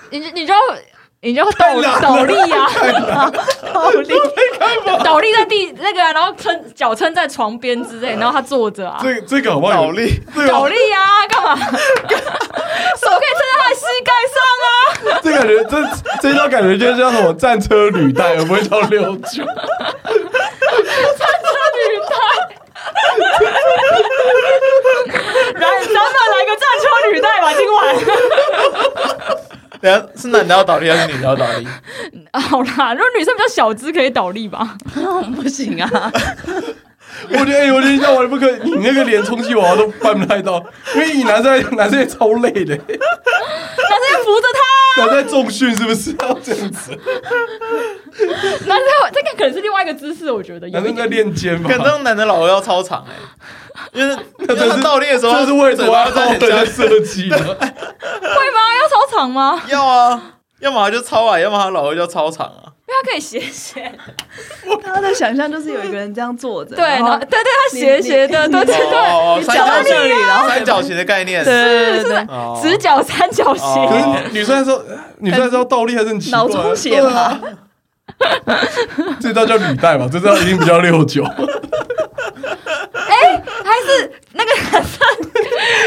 C: 你就你就你就 抖
B: 难了
C: 抖力啊，
D: 哦
C: 抖力在地那个啊，然后撑脚撑在床边之类，然后他坐着啊，
B: 这这个好不好？
A: 倒立，
B: 这
C: 抖
B: 个
C: 力啊，干嘛？手可以撑在他的膝盖 上啊。
B: 这感觉这这招感觉就是叫什么战车履带，而不会叫六九。
C: 来，咱们来个战车履带吧，今晚。
A: 等一下是男的要倒立还是女的要倒 立？
C: 好啦，如果女生比较小只，可以倒立吧？
D: 不行啊！
B: 我觉得，哎、我觉得像我不可，你那个连充气娃娃都办不太到，因为你男生男生也超累 的，
C: 男生要扶着她，
B: 男生在重训是不是要这样 子？
C: 男生要这个可能是另外一个姿势，我觉得
B: 男
C: 有一
B: 生在
C: 点。
B: 练肩吧
A: 可？能男的老二要超长哎、因 为
B: 真是
A: 因为他倒立的时候，
B: 这是为什
A: 嘴
B: 么
A: 巴
B: 要
A: 在
B: 在
A: 人
B: 在
A: 家
B: 设计 的？
C: 会吗？要超长吗？
A: 要啊，要么他就超矮，要么他老二就超长 啊。
C: 因为它可以斜斜，
D: 他的想象就是有一个人这样坐着，
C: 对，然后对对，它斜斜的，对对对，
A: 哦，哦
D: 你
A: 三
D: 脚
A: 角
D: 在
A: 形
D: 这里然后
A: 三角形的概念，
D: 对对对，
A: 哦
C: 直角三角形，
B: 可
A: 哦
B: 是女生还是要女生还是要倒立，还是很奇怪、啊。
D: 脑充血
B: 对
D: 吧
B: 啊，这招叫履带吧，这招一定比较六九。
C: 还是那个男生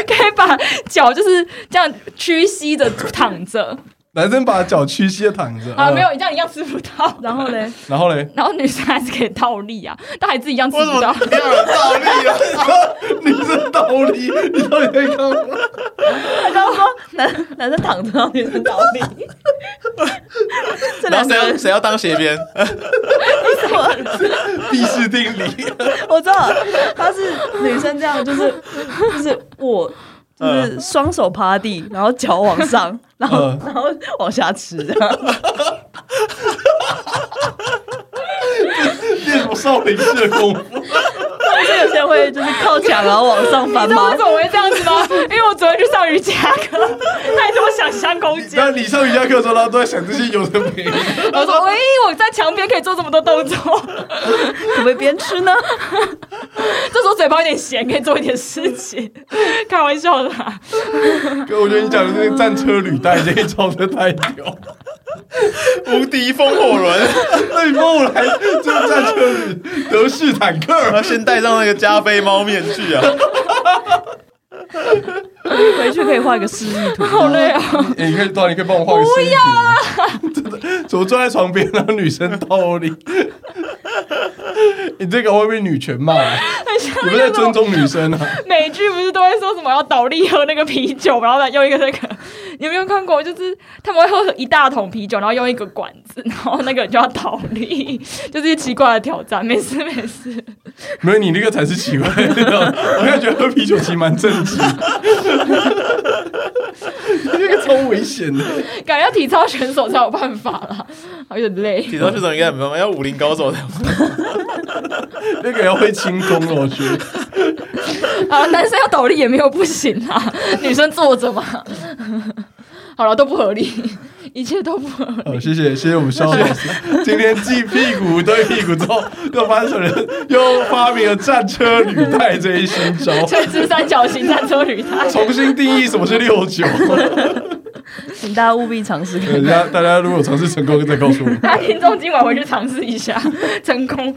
C: 可以把脚就是这样屈膝的躺着，
B: 男生把脚屈斜躺着嗯
C: 啊，没，有，你这样一样吃不到。
D: 然后嘞，
B: 然后嘞，
C: 然后女生还是可以倒立啊，但还是一样吃
A: 为什
C: 不
A: 么
C: 到。
A: 没有人倒立 啊？
B: 你是道理，你到底在干 嘛？
D: 他刚刚说男男生躺着，然后女生倒立，这
A: 然
D: 两
A: 后谁
D: 个
A: 要谁要当斜边？
B: 毕氏定理，
D: 我知道，她是女生这样，就是就是我就是双手趴地，然后脚往上，然后、
B: 嗯
D: 然后往下吃，这样
B: 练什么少林寺的功夫？
D: 不是有些人会就是靠墙然后往上翻
C: 你知道
D: 吗
C: 为什？么我会这样子吗？因为我昨天去上瑜伽课，太多想象空间。
B: 但你上瑜伽课的时候，大家都在想这些有的没的。
C: 我说，喂，我在墙边可以做这么多动作，
D: 可不可以边吃呢？
C: 这时候嘴巴有点咸，可以做一点事情。开玩笑的啦，
B: 哥，我觉得你讲的这个战车履带这一招真的太屌，
A: 无敌风火轮，
B: 那你帮我来这个战车履德式坦克，
A: 要先戴上那个加菲猫面具啊！
D: 回去可以画一个示意图。
C: 好累啊！
B: 欸你可以，对啊，你可以帮我画个不要啊！ 真的，怎么坐在床边让女生倒立？ 你这个会被女权骂，啊
C: 很像
B: 你
C: 那
B: 们
C: 个
B: 在
C: 什
B: 尊
C: 么
B: 重女生啊？
C: 美剧不是都会说什么要倒立喝那个啤酒，然后再用一个那个， 你有没有看过？就是他们会喝一大桶啤酒，然后用一个管子，然后那个人就要倒立， 就是一奇怪的挑战。没事没事，
B: 没有，你那个才是奇怪的。 我感觉喝啤酒其实蛮正直， 你那个超危险的。
C: 感觉要体操选手才有办法啦， 好有点 累。
A: 体操选手应该没办法，要武林高手才有办法。
B: 那个要会轻功了，我觉得。
C: 啊，男生要倒立也没有不行啊， 女生坐着嘛。 好了，都不合理， 一切都不合理。
B: 好，呃谢谢谢谢我们肖老师，今天继屁股对屁股之后，又发生了又发明了战车履带这一新 招，
C: 垂直三角形战车履带，
B: 重新定义什么是六九。
D: 请大家务必尝试看
B: 大家大家如果尝试成功，再告诉我。你
C: 大家听众今晚回去尝试一下，成功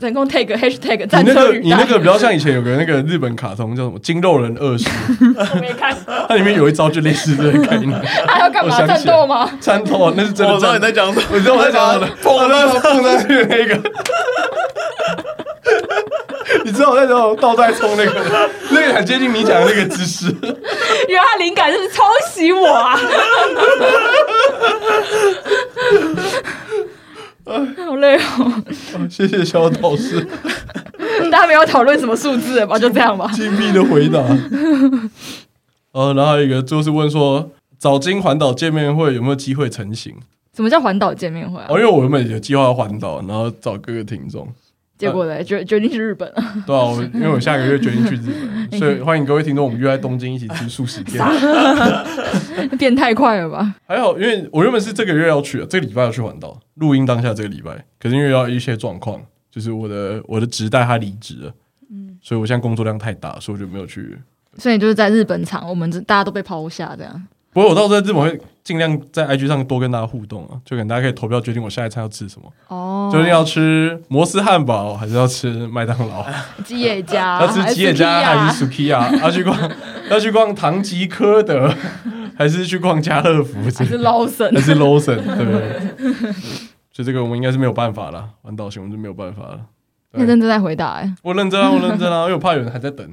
C: 成功 take hashtag 战
B: 那
C: 车
B: 个
C: 履带。
B: 你那个比较像以前有个那个日本卡通叫什么《筋肉人二世》，
C: 我没看过，
B: 它里面有一招就类似这个概 念，
C: 他要干嘛
B: 我想
C: 战
B: 起来
C: 斗吗？
B: 战斗啊那是真的
A: 我知道
B: 战
A: 你
B: 斗。
A: 在讲什么，
B: 我知道我在讲什么了，碰到碰上去那 个。你知道我在讲倒带冲那个，那个很接近你讲的那个姿势。
C: 原来他灵感就是抄袭我啊！ 好累哦，
B: 谢谢肖老师
C: 大家没有讨论什么数字了吧？就这样吧。
B: 精辟的回答。呃，然后还有一个就是问说，早金环岛见面会有没有机会成型？
C: 什么叫环岛见面会啊
B: 哦，因？为我原本有计划要环岛，然后找各个听众。
C: 结果呢，决决定去日本了。
B: 对啊，我因为我下个月决定去日本，所以欢迎各位听众，我们约在东京一起吃素食店。
C: 变太快了吧？
B: 还好，因为我原本是这个月要去啊的，这个礼拜要去环岛，录音当下这个礼拜，可是因为要一些状况，就是我的我的职代他离职了，所以我现在工作量太大，所以我就没有去。
C: 所以就是在日本场，我们这大家都被抛下这样。
B: 不过我到时候在日本会尽量在 IG 上多跟大家互动啊，就可能大家可以投票决定我下一餐要吃什么，
C: 哦
B: 究竟要吃摩斯汉堡还是要吃麦当劳，
C: 吉野家，
B: 要吃吉野家啊还
C: 还
B: 是 Sukiya，要去逛要去逛唐吉诃德，还是去逛家乐福之类的，
C: 是捞神
B: 还？是 l o s o n 对不对？所以这个我们应该是没有办法了，环岛行我们就没有办法了。
C: 那真的在回答哎，
B: 我认真啊，我认真啊，因 为我怕有人还在等，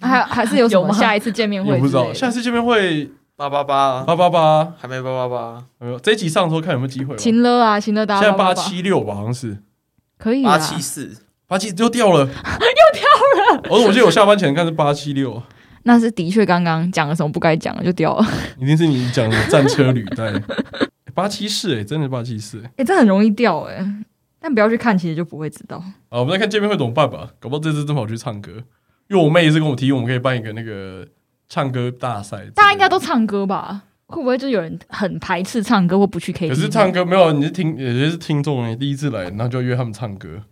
C: 啊还还是有什
D: 有
C: 么
D: 吗
C: 下一次见面
B: 我
C: 会
B: 不
C: 之
B: 知道
C: 类
B: 下
C: 的？
B: 次见面会
A: 八八八
B: 八八八，
A: 还没八八啊八，
B: 有没有这一集上的时候看有没有机会吧。现
C: 秦乐啊，秦乐大家
B: 在
C: 抱抱
B: 八
C: 吧
B: 七六吧，好像是
C: 可以
A: 八
C: 啊，
A: 七四，
B: 八七又掉 了，又掉了。我我记得我下班前看是八七六，啊
C: 那是的确刚刚讲了什么不该讲的就掉 了，
B: 一定是你讲的战车履带。 八七四哎，真的八七四哎。
C: 哎、这很容易掉哎、但不要去看，其实就不会知道。
B: 啊，我们再看见面会怎么办吧？搞不好这次正好去唱歌，因为我妹是跟我提议我们可以办一个那个唱歌大赛之类的，
C: 大家应该都唱歌吧？会不会就有人很排斥唱歌或不去 K？
B: 可是唱歌没有，你是听有些是听众哎，第一次来，然后就要约他们唱歌，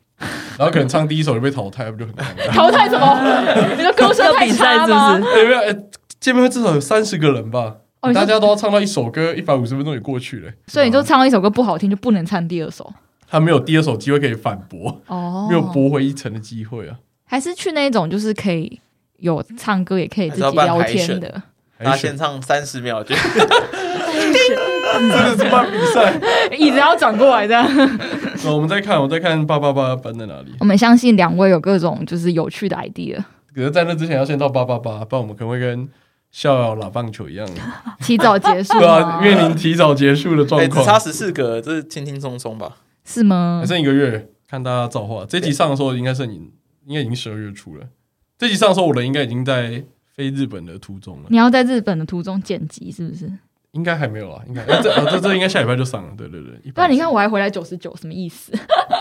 B: 然后可能唱第一首就被淘汰，不就很尴尬？
C: 淘汰什么？你的歌声
D: 要
C: 太
D: 比赛
C: 差
D: 是
C: 吗？
D: 不是？
B: 哎，没有，哎，见面会至少有三十个人吧，
C: 哦你说
B: 大家都要唱到一首歌，一百五十分钟也过去了、
C: 所以你就唱一首歌不好听，就不能唱第二首
B: 他没有第二首机会可以反驳，
C: 哦。
B: 没有驳回一层的机会啊！
C: 还是去那种就是可以有唱歌，也可以自己
A: 还是要办
B: 哎
C: 聊
A: 海选
C: 天的。
A: 大家
B: 还是
A: 先唱三十秒就。
B: 真的是办比赛。
C: 椅子要转过来这样。
B: 那我们再看，我再看八八八搬在哪里。
C: 我们相信两位有各种就是有趣的 idea，
B: 可是，在那之前要先到八八八，不然我们可能会跟逍遥打棒球一 样，
C: 提早结束
B: 对啊，
C: 吗？
B: 因为您提早结束的
A: 哎、
B: 状
A: 只差
B: 况，
A: 十四个，这是轻轻松松吧？
C: 是吗
B: 还？剩一个月，嗯看大家造化。这集上的时候应该是你，应该已经十二月初了。这集上的时候，我人应该已经在飞日本的途中了，
C: 你要在日本的途中剪辑是不是？
B: 应该还没有啊，应该、哎这、啊、这这应该下礼拜就上了，对对对。一
C: 不
B: 百
C: 然
B: 集
C: 你看我还回来九十九，什么意思？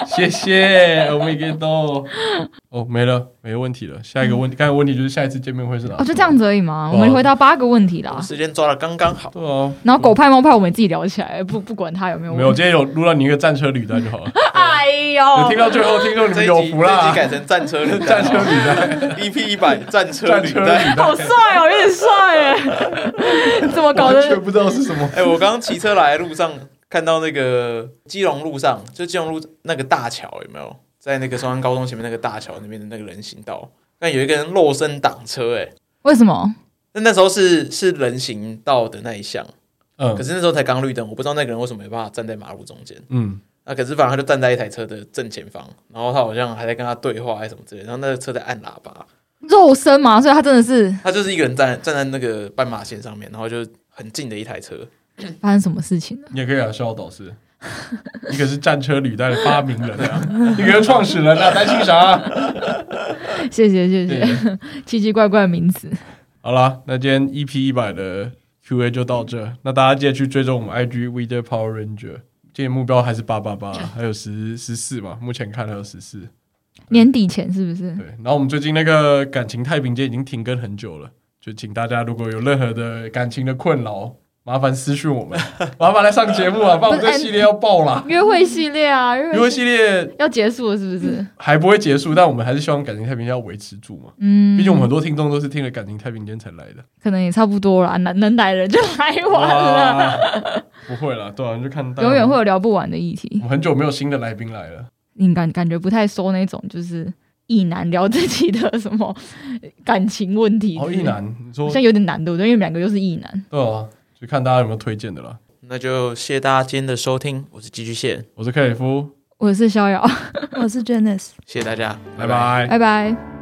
B: 谢谢，Oh 我没 get 到。哦，没了，没问题了。下一个问题，刚才问题就是下一次见面会是哪？
C: 哦，就这样。子而已嘛。
B: 哇
C: 我们回答八个问题
A: 我
B: 啊
C: 啦
A: 们，时间抓的刚刚好。
B: 对啊，
C: 然后狗派猫派我们自己聊起来，不不管他有没有
B: 没有，
C: 问题。
B: 今天有录到你一个战车履带就好了。
C: 哎呦，
B: 有听到最后，听众你
A: 这
B: 们
A: 一
B: 有
A: 集
B: 福
A: 哦这一
B: 啦
A: 集！改成战车履带
B: 战车履带，
A: ，EP 一百战车
B: 战
A: 履
B: 车
A: 带。
B: 履带，
C: 帅哦，有点帅哎，怎么搞
B: 完全
C: 的？
B: 不知道是什么。
A: 哎、我刚刚骑车来的路上看到那个基隆路上，就基隆路那个大桥有没有？在那个双安高中前面那个大桥那边的那个人行道，那有一个人肉身挡车、哎，
C: 为什么？
A: 那那时候是是人行道的那一项，可
B: 嗯
A: 是那时候才刚绿灯，我不知道那个人为什么没办法站在马路中间。
B: 嗯，
A: 那可是反正他就站在一台车的正前方，然后他好像还在跟他对话还是什么之类的，然后那个车在按喇叭，
C: 肉身嘛，所以他真的是
A: 他就是一个人站站在那个斑马线上面，然后就很近的一台车，
C: 发生什么事 情了？
B: 你也可以啊，逍遥导师， 一个是战车履带的发明人啊，一个是创始人啊，担心啥？
C: 谢谢 谢
B: 对
C: 谢，，奇奇怪怪的名词。
B: 好啦，那今天 EP 一百的 Q&A 就到这。那大家记得去追踪我们 IG w e d e r Power Ranger，今天目标还是八八八，还有十十四嘛，目前看还有十四。
C: 年底前是不是？
B: 对，然后我们最近那个感情太平间已经停更很久了，就请大家如果有任何的感情的困扰，麻烦私讯 我们，麻烦来上节目啊，不然我们这系列要爆啦。
C: 约会系列啊，约
B: 因为系列
C: 要结束了是不是？
B: 还不会结束，但我们还是希望感情太平间要维持住嘛。
C: 嗯，
B: 毕竟我们很多听众都是听了感情太平间才来 的。
C: 可能也差不多啦，能能来人就来完了，
B: 哇，不会啦，对啊，就看大家
C: 永远会有聊不完的议题
B: 我。们很久没有新的来宾来了，
C: 你感感觉不太收那种就是意男聊自己的什么感情问题，
B: 哦，一，男，你说
C: 好像有点难，对不对？因为你们两个又是意男，
B: 对啊，就看大家有没有推荐的啦。
A: 那就谢谢大家今天的收听，我是寄居蟹，
B: 我是克里夫，
C: 我是逍遥，
D: 我是 Janice。
A: 谢谢大家，
B: 拜拜
C: 拜拜。